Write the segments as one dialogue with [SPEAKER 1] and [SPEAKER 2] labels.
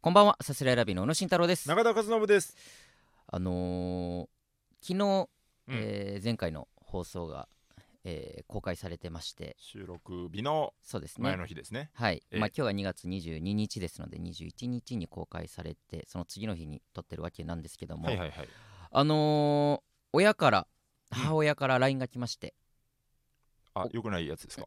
[SPEAKER 1] こんばんは、さすら選びの小野慎太郎です。
[SPEAKER 2] 中田和信です。
[SPEAKER 1] あのー昨日、
[SPEAKER 2] うん
[SPEAKER 1] えー前回の放送が、えー公開されてまして、
[SPEAKER 2] 収録日の
[SPEAKER 1] そうですね。
[SPEAKER 2] 前の日ですね。
[SPEAKER 1] はい、
[SPEAKER 2] ええ
[SPEAKER 1] まあ、今日は2月22日ですので21日に公開されてその次の日に撮ってるわけなんですけども、
[SPEAKER 2] はいはいはい。
[SPEAKER 1] あのー親から
[SPEAKER 2] うん
[SPEAKER 1] 母親から LINE が来まして、
[SPEAKER 2] あ、良くないやつ ですか。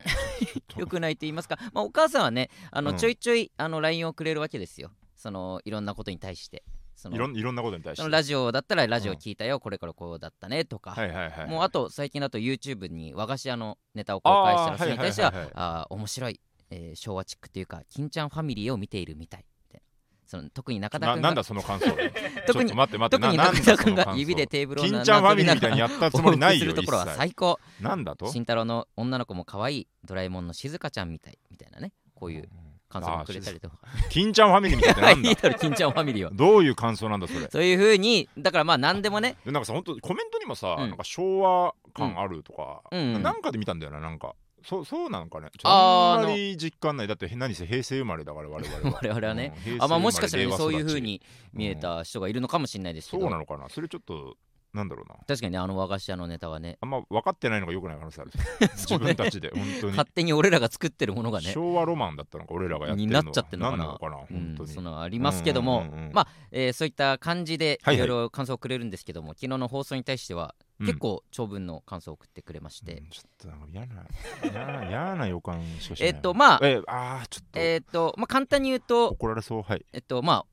[SPEAKER 1] よくないと言いますか、まあ、お母さんはねあの
[SPEAKER 2] うん
[SPEAKER 1] ちょいちょいあの LINE をくれるわけですよそのいろんなことに対してその
[SPEAKER 2] いろんいろんなことに対して。
[SPEAKER 1] その
[SPEAKER 2] は
[SPEAKER 1] ラ
[SPEAKER 2] い
[SPEAKER 1] ジオだったらラジオ
[SPEAKER 2] うん
[SPEAKER 1] 聞いたよ、これからこうだったねとか、
[SPEAKER 2] はいはい。
[SPEAKER 1] もうあと最近だと YouTube に和菓子屋のネタを公開したら
[SPEAKER 2] あー
[SPEAKER 1] それに対しては
[SPEAKER 2] はいはいはい
[SPEAKER 1] あー面白い、えー昭和チックというか金ちゃんファミリーを見ているみたいみたいなその特に中田
[SPEAKER 2] な
[SPEAKER 1] 君
[SPEAKER 2] な
[SPEAKER 1] が
[SPEAKER 2] んだその感想。
[SPEAKER 1] 特に
[SPEAKER 2] ちょっと待って待って。
[SPEAKER 1] 特に
[SPEAKER 2] ななん
[SPEAKER 1] 中
[SPEAKER 2] だ
[SPEAKER 1] 田
[SPEAKER 2] そ
[SPEAKER 1] 君
[SPEAKER 2] の
[SPEAKER 1] が
[SPEAKER 2] 感想
[SPEAKER 1] 指でテーブルを
[SPEAKER 2] 金ちゃんファミリーみたいに
[SPEAKER 1] や
[SPEAKER 2] やったつもり ないよ。
[SPEAKER 1] するところは
[SPEAKER 2] 一切
[SPEAKER 1] 最高
[SPEAKER 2] なんだと。。
[SPEAKER 1] 慎太郎の女の子も可愛いドラえもんの静香ちゃんみたいみたいなねこういうん感想もくれたりとか
[SPEAKER 2] 金ちゃんファミリーみたいってなん
[SPEAKER 1] いい
[SPEAKER 2] だ。
[SPEAKER 1] だろ金ちゃんファミリーは
[SPEAKER 2] どういう感想なんだそれ。
[SPEAKER 1] そういうふうにだからまあ何でもね
[SPEAKER 2] でなんかさ本当コメントにもさ、
[SPEAKER 1] うん
[SPEAKER 2] なんか昭和感あるとか、
[SPEAKER 1] うんうん
[SPEAKER 2] なんかで見たんだよななんかそうそうなんかねちょ
[SPEAKER 1] あー
[SPEAKER 2] あんまり実感ないだって何せ平成生まれだから我々は
[SPEAKER 1] 我々はね、
[SPEAKER 2] うん平成
[SPEAKER 1] あまあもしかした
[SPEAKER 2] 生
[SPEAKER 1] ら
[SPEAKER 2] まれ
[SPEAKER 1] そういうふう
[SPEAKER 2] 令
[SPEAKER 1] に見えた人がいるのかもしれないですけ
[SPEAKER 2] 和育ち
[SPEAKER 1] ど、
[SPEAKER 2] そうなのかなそれちょっとなんだろうな
[SPEAKER 1] 確かにねあの和菓子屋のネタはね
[SPEAKER 2] あんま分かってないのがよくない可能性ある
[SPEAKER 1] そうね
[SPEAKER 2] 自分たちで本当に
[SPEAKER 1] 勝手に俺らが作ってるものがね、
[SPEAKER 2] 昭和ロマンだったのか俺らがやってるのは
[SPEAKER 1] になっちゃってんのかなん
[SPEAKER 2] なのかな本
[SPEAKER 1] う
[SPEAKER 2] 当に、
[SPEAKER 1] ん、そのありますけども、
[SPEAKER 2] うんうんうん
[SPEAKER 1] まあ、えーそういった感じで
[SPEAKER 2] はいいは
[SPEAKER 1] ろ
[SPEAKER 2] い
[SPEAKER 1] いろ感想をくれるんですけども、昨日の放送に対しては
[SPEAKER 2] うん
[SPEAKER 1] 結構長文の感想を送ってくれまし
[SPEAKER 2] う
[SPEAKER 1] て、
[SPEAKER 2] んちょっとなんか嫌な嫌な嫌な予感しかしな
[SPEAKER 1] え
[SPEAKER 2] い
[SPEAKER 1] っ、とまあえっ、
[SPEAKER 2] えあーちょっと、
[SPEAKER 1] とまあ簡単に言うと
[SPEAKER 2] 怒られそうはい
[SPEAKER 1] えっ、とまあ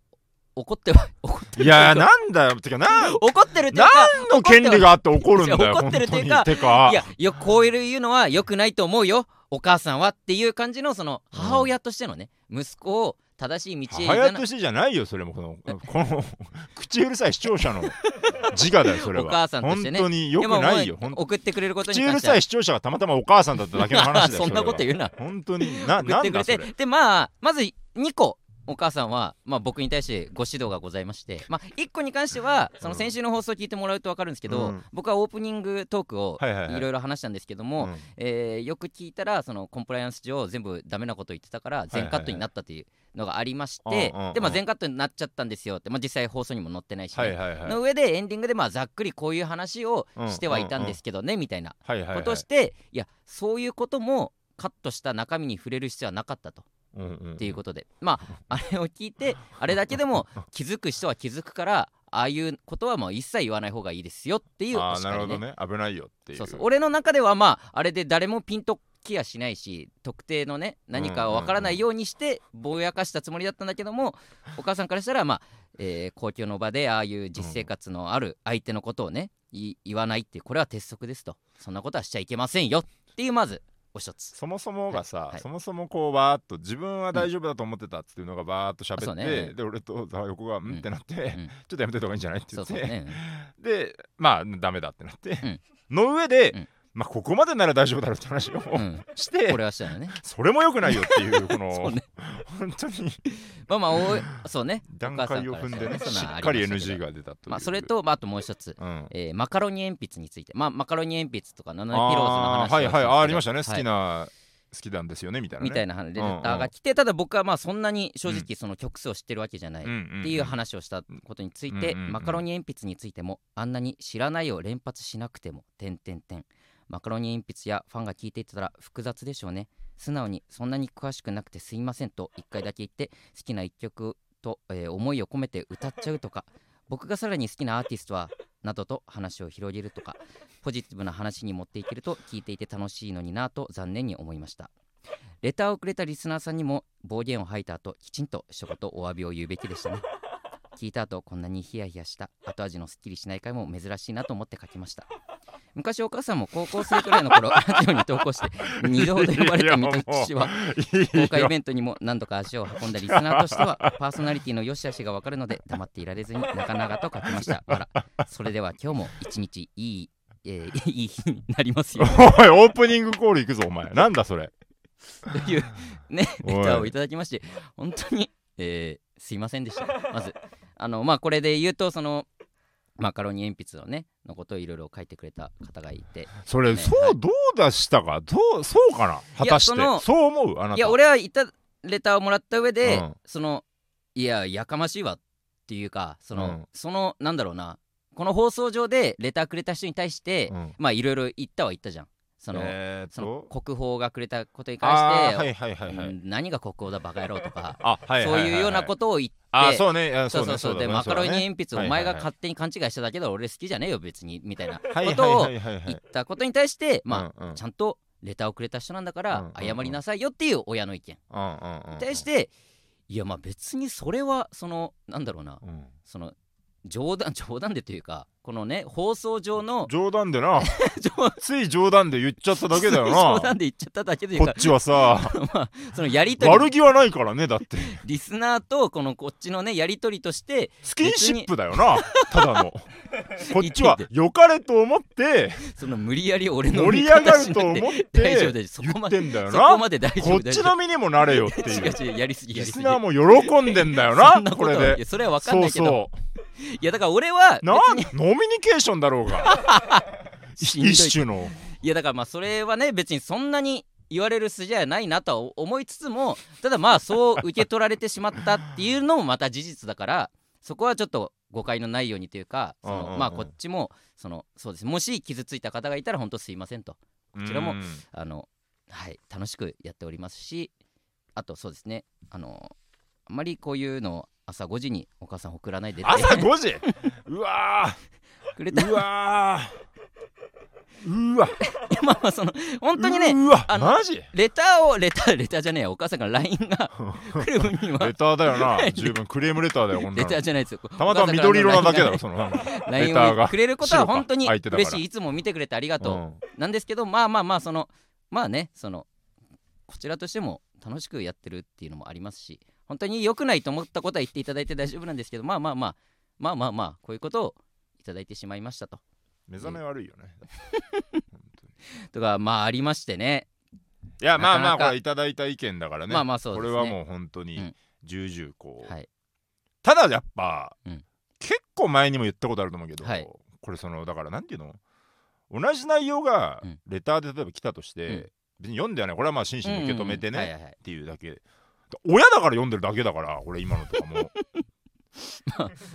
[SPEAKER 1] 怒っては 怒ってる
[SPEAKER 2] いやーなんだよてかなん
[SPEAKER 1] 怒ってるというか
[SPEAKER 2] の権利があって怒るんだよ。
[SPEAKER 1] 怒ってるというか
[SPEAKER 2] 本当にてか
[SPEAKER 1] いやよこういうのは良くないと思うよお母さんはっていう感じのその母親としてのね、息子を正しい道へい
[SPEAKER 2] 母親としてじゃないよ、それもこのこの 口うるさい視聴者の自我だよ、それは。
[SPEAKER 1] お母さんとしてね
[SPEAKER 2] 本当によくないよ。
[SPEAKER 1] でも
[SPEAKER 2] 本
[SPEAKER 1] もう
[SPEAKER 2] 当
[SPEAKER 1] 送ってくれることに
[SPEAKER 2] 口う
[SPEAKER 1] 関
[SPEAKER 2] る
[SPEAKER 1] しては
[SPEAKER 2] さい視聴者がたまたまお母さんだっただけの話だ よ。
[SPEAKER 1] そんなこと
[SPEAKER 2] う。
[SPEAKER 1] 言うな
[SPEAKER 2] 本当にな
[SPEAKER 1] 送っ
[SPEAKER 2] な
[SPEAKER 1] て
[SPEAKER 2] ん
[SPEAKER 1] くれ
[SPEAKER 2] だ
[SPEAKER 1] て
[SPEAKER 2] それ。
[SPEAKER 1] でまあまず2個お母さんは、まあ、僕に対してご指導がございまして、まあ、1個に関してはその先週の放送聞いてもらうと分かるんですけど、
[SPEAKER 2] うん
[SPEAKER 1] 僕はオープニングトークを
[SPEAKER 2] はいはいはい
[SPEAKER 1] いろいろ話したんですけども、
[SPEAKER 2] うん
[SPEAKER 1] えーよく聞いたらそのコンプライアンス上全部ダメなこと言ってたから全カットになったというのがありまして、
[SPEAKER 2] はいはいはいうんうんうん
[SPEAKER 1] でまあ、全カットになっちゃったんですよって、まあ、実際放送にも載ってないしね、
[SPEAKER 2] はいはいはい。
[SPEAKER 1] の上でエンディングでまあざっくりこういう話をしてはいたんですけどね、みたいな
[SPEAKER 2] はいはいはい。
[SPEAKER 1] ことをして、いやそういうこともカットした中身に触れる必要はなかったと
[SPEAKER 2] うんうん
[SPEAKER 1] っていうこと で、まああれを聞いてあれだけでも気づく人は気づくからああいうことはもう一切言わない方がいいですよっていう
[SPEAKER 2] あ
[SPEAKER 1] お
[SPEAKER 2] あ、
[SPEAKER 1] 叱
[SPEAKER 2] なる
[SPEAKER 1] り
[SPEAKER 2] ほど
[SPEAKER 1] ね
[SPEAKER 2] ね。危ないよっていう。
[SPEAKER 1] そうそう俺の中ではまああれで誰もピンときやしないし特定のね何かわからないようにしてぼやかしたつもりだったんだけど も、お母さんからしたらまあ、えー公共の場でああいう実生活のある相手のことをね、い言わないっていうこれは鉄則ですとそんなことはしちゃいけませんよっていうまずお一つ
[SPEAKER 2] そもそもがさ、
[SPEAKER 1] はいはい
[SPEAKER 2] そもそもこうバーっと自分は大丈夫だと思ってたっていうのがバーっと喋って、
[SPEAKER 1] そうね
[SPEAKER 2] で俺とザワ横がうんってなって、
[SPEAKER 1] ん
[SPEAKER 2] ちょっとやめといた方がいいんじゃないって
[SPEAKER 1] そ
[SPEAKER 2] 言
[SPEAKER 1] う
[SPEAKER 2] っ
[SPEAKER 1] そう
[SPEAKER 2] て
[SPEAKER 1] ね、
[SPEAKER 2] でまあダメだってなって、
[SPEAKER 1] うん
[SPEAKER 2] の上で、
[SPEAKER 1] うん
[SPEAKER 2] まあここまでなら大丈夫だろうって話を、
[SPEAKER 1] うんうん、
[SPEAKER 2] して
[SPEAKER 1] これはしたよね
[SPEAKER 2] それもよくないよっていうこ
[SPEAKER 1] そ
[SPEAKER 2] の
[SPEAKER 1] うね
[SPEAKER 2] 本当に
[SPEAKER 1] まあまあおいそうね
[SPEAKER 2] 段階を踏んでね
[SPEAKER 1] お母
[SPEAKER 2] し
[SPEAKER 1] さんからしたらね
[SPEAKER 2] っかり
[SPEAKER 1] そんなのありましたけ
[SPEAKER 2] NG
[SPEAKER 1] ど
[SPEAKER 2] が出たという、
[SPEAKER 1] まあそれと、まあ、あともう一つ
[SPEAKER 2] うん
[SPEAKER 1] えーマカロニ鉛筆について、まあ、マカロニ鉛筆とかナナピローズの話
[SPEAKER 2] あ
[SPEAKER 1] を
[SPEAKER 2] ーはいはいあありましたね
[SPEAKER 1] はい
[SPEAKER 2] 好きな、好きなんですよねみたいな、ね、
[SPEAKER 1] みたい
[SPEAKER 2] な、
[SPEAKER 1] な話で
[SPEAKER 2] うんうん
[SPEAKER 1] レターが来て、ただ僕はまあそんなに正直その曲数を知ってるわけじゃない、
[SPEAKER 2] うん
[SPEAKER 1] っ
[SPEAKER 2] んん
[SPEAKER 1] ていう話をしたことについて、
[SPEAKER 2] うんうんうん
[SPEAKER 1] マカロニ鉛筆についてもあんなに知らないを連発しなくても点点点マカロニ鉛筆やファンが聞いていたら複雑でしょうね素直にそんなに詳しくなくてすいませんと一回だけ言って好きな一曲と、えー思いを込めて歌っちゃうとか僕がさらに好きなアーティストはなどと話を広げるとかポジティブな話に持っていけると聞いていて楽しいのになぁと残念に思いましたレターをくれたリスナーさんにも暴言を吐いた後きちんと一言お詫びを言うべきでしたね聞いた後こんなにヒヤヒヤした後味のすっきりしない回も珍しいなと思って書きました昔お母さんも高校生くらいの頃ラジオに投稿して二度ほど呼ばれた身たちは公 開イベントにも何度か足を運んだリスナーとしてはパーソナリティの良し悪しが分かるので黙っていられずになかなかと書きましたわらそれでは今日も一日いい、えーいい日になりますよ
[SPEAKER 2] おいオープニングコールいくぞお前なんだそれ
[SPEAKER 1] というね
[SPEAKER 2] お
[SPEAKER 1] レ
[SPEAKER 2] い
[SPEAKER 1] タ ーをいただきまして本当に、えーすいませんでしたまずあのまあこれで言うとそのマカロニ鉛筆のねのことをいろいろ書いてくれた方がいて
[SPEAKER 2] それ、
[SPEAKER 1] ね
[SPEAKER 2] そうどうだしたかどうそうかな果たし
[SPEAKER 1] い
[SPEAKER 2] て
[SPEAKER 1] やその
[SPEAKER 2] そう思うあなた
[SPEAKER 1] いや俺はいたレターをもらった上で、
[SPEAKER 2] うん
[SPEAKER 1] そのいややかましいわっていうかその、
[SPEAKER 2] うん
[SPEAKER 1] そのなんだろうなこの放送上でレターくれた人に対して、
[SPEAKER 2] うん
[SPEAKER 1] まあいろいろ言ったは言ったじゃんその、
[SPEAKER 2] えーっ
[SPEAKER 1] その
[SPEAKER 2] と
[SPEAKER 1] 国宝がくれたことに関し
[SPEAKER 2] あ
[SPEAKER 1] て、
[SPEAKER 2] ーはいはいはいは
[SPEAKER 1] う
[SPEAKER 2] い
[SPEAKER 1] ん何が国宝だバカ野郎とか
[SPEAKER 2] あ はい
[SPEAKER 1] そう
[SPEAKER 2] はい
[SPEAKER 1] いうようなこととを言って
[SPEAKER 2] あーそうねあー
[SPEAKER 1] そ
[SPEAKER 2] そうう
[SPEAKER 1] そうそ
[SPEAKER 2] ね
[SPEAKER 1] う
[SPEAKER 2] だ
[SPEAKER 1] で
[SPEAKER 2] ね
[SPEAKER 1] マカロニ
[SPEAKER 2] そうだね
[SPEAKER 1] 鉛筆、
[SPEAKER 2] はい
[SPEAKER 1] お
[SPEAKER 2] はいは
[SPEAKER 1] 前が
[SPEAKER 2] い
[SPEAKER 1] 勝手に勘違いしただけだろ俺好きじゃねえよ別にみたいな
[SPEAKER 2] はい
[SPEAKER 1] こ
[SPEAKER 2] はい
[SPEAKER 1] とを
[SPEAKER 2] はいはいはい
[SPEAKER 1] 言ったことに対してまあ、
[SPEAKER 2] あ
[SPEAKER 1] ちゃんとレターをくれた人なんだか
[SPEAKER 2] うんうん
[SPEAKER 1] ら
[SPEAKER 2] うん
[SPEAKER 1] 謝りなさいよっていう親の意見
[SPEAKER 2] ゃ
[SPEAKER 1] に対していやまあ別にそれはそのなんだろうな
[SPEAKER 2] うん
[SPEAKER 1] その冗談 冗談でというかこのね放送上の
[SPEAKER 2] 冗 談で な
[SPEAKER 1] 冗
[SPEAKER 2] つい冗談で言っちゃっただけだよ
[SPEAKER 1] 冗
[SPEAKER 2] な
[SPEAKER 1] 談で言っちゃっただけという
[SPEAKER 2] こっ
[SPEAKER 1] か
[SPEAKER 2] ちは さ
[SPEAKER 1] まあそのやりと
[SPEAKER 2] 悪
[SPEAKER 1] り
[SPEAKER 2] 気はないからねだって
[SPEAKER 1] リスナーとこのこっちのねやりとりとして
[SPEAKER 2] スキンシップだよな ただのこっちは良かれと思って
[SPEAKER 1] その無理やり俺の
[SPEAKER 2] 盛
[SPEAKER 1] 味
[SPEAKER 2] り上が
[SPEAKER 1] 方
[SPEAKER 2] る
[SPEAKER 1] し
[SPEAKER 2] と
[SPEAKER 1] な
[SPEAKER 2] 思
[SPEAKER 1] くて
[SPEAKER 2] って
[SPEAKER 1] 大丈夫大丈夫そこ
[SPEAKER 2] 言
[SPEAKER 1] ま
[SPEAKER 2] っ
[SPEAKER 1] で
[SPEAKER 2] てんだよ
[SPEAKER 1] そこ
[SPEAKER 2] な
[SPEAKER 1] まで大丈
[SPEAKER 2] こ
[SPEAKER 1] 夫
[SPEAKER 2] っ
[SPEAKER 1] 大
[SPEAKER 2] ち
[SPEAKER 1] 丈
[SPEAKER 2] の身にもなれよって
[SPEAKER 1] 夫
[SPEAKER 2] いう
[SPEAKER 1] 違う違うやりすぎや
[SPEAKER 2] リ
[SPEAKER 1] りす
[SPEAKER 2] ス
[SPEAKER 1] ぎ
[SPEAKER 2] ナーも喜んでんだよな
[SPEAKER 1] そんな
[SPEAKER 2] こ
[SPEAKER 1] とは
[SPEAKER 2] れ
[SPEAKER 1] い
[SPEAKER 2] で
[SPEAKER 1] やそれは分かん
[SPEAKER 2] そ
[SPEAKER 1] な
[SPEAKER 2] う
[SPEAKER 1] いけど
[SPEAKER 2] そ
[SPEAKER 1] いやだから俺は
[SPEAKER 2] うなんノミニケーションだろうが
[SPEAKER 1] しんどい
[SPEAKER 2] 一種の
[SPEAKER 1] いやだからまあそれはね別にそんなに言われる筋合いはないなとは思思いつつもただまあそう受け取られてしまったっていうのもまた事実だからそこはちょっと誤解のないようにというかそ
[SPEAKER 2] うんうんう
[SPEAKER 1] の
[SPEAKER 2] ん
[SPEAKER 1] まあこっちもそのそうですもし傷ついた方がいたら本当すいませんと
[SPEAKER 2] こ
[SPEAKER 1] ちらもあのはい楽しくやっておりますしあとそうですねあのあんまりこういうのを朝5時にお母さん送らないでって
[SPEAKER 2] 朝5時うわ
[SPEAKER 1] くれた
[SPEAKER 2] ーうわーうわ
[SPEAKER 1] まあまあその本当にね
[SPEAKER 2] うわ
[SPEAKER 1] あの
[SPEAKER 2] マジ
[SPEAKER 1] レターをレターレターじゃねえよお母さんから LINE が来る分には
[SPEAKER 2] レターだ よな十分クレームレターだよこんな
[SPEAKER 1] レ
[SPEAKER 2] の
[SPEAKER 1] ターじゃないですよ。
[SPEAKER 2] たまたま緑色なだけだろそのなんかレタ
[SPEAKER 1] LINE
[SPEAKER 2] ー
[SPEAKER 1] を
[SPEAKER 2] が
[SPEAKER 1] くれることは
[SPEAKER 2] 白か
[SPEAKER 1] 本当に
[SPEAKER 2] 相手だから
[SPEAKER 1] 嬉しい。いつも見てくれてありが
[SPEAKER 2] う
[SPEAKER 1] と
[SPEAKER 2] ん
[SPEAKER 1] う。なんですけど、まあまあまあ、その、まあね、その、こちらとしても楽しくやってるっていうのもありますし、本当に良くないと思ったことは言っていただいて大丈夫なんですけど、まあまあまあ、まあまあまあ、こういうことをいただいてしまいましたと。
[SPEAKER 2] 目覚め悪いよね
[SPEAKER 1] とか、まあありましてね。
[SPEAKER 2] いやまあま
[SPEAKER 1] な
[SPEAKER 2] あ
[SPEAKER 1] かなか
[SPEAKER 2] これいただいた意見だからね
[SPEAKER 1] まあまあそうですね
[SPEAKER 2] これはもう本当
[SPEAKER 1] う
[SPEAKER 2] に
[SPEAKER 1] ん
[SPEAKER 2] 重々こ
[SPEAKER 1] は
[SPEAKER 2] う
[SPEAKER 1] い。
[SPEAKER 2] ただやっぱ
[SPEAKER 1] うん
[SPEAKER 2] 結構前にも言ったことあると思うけど
[SPEAKER 1] はい
[SPEAKER 2] これそのだからなんていうの同じ内容が
[SPEAKER 1] うん
[SPEAKER 2] レターで例えば来たとし
[SPEAKER 1] うん
[SPEAKER 2] て別に読んではないこれはまあ真摯に受け止めて
[SPEAKER 1] うんうんうん
[SPEAKER 2] ね
[SPEAKER 1] はいはいはい
[SPEAKER 2] っていうだけで親だから読んでるだけだから俺今のとか も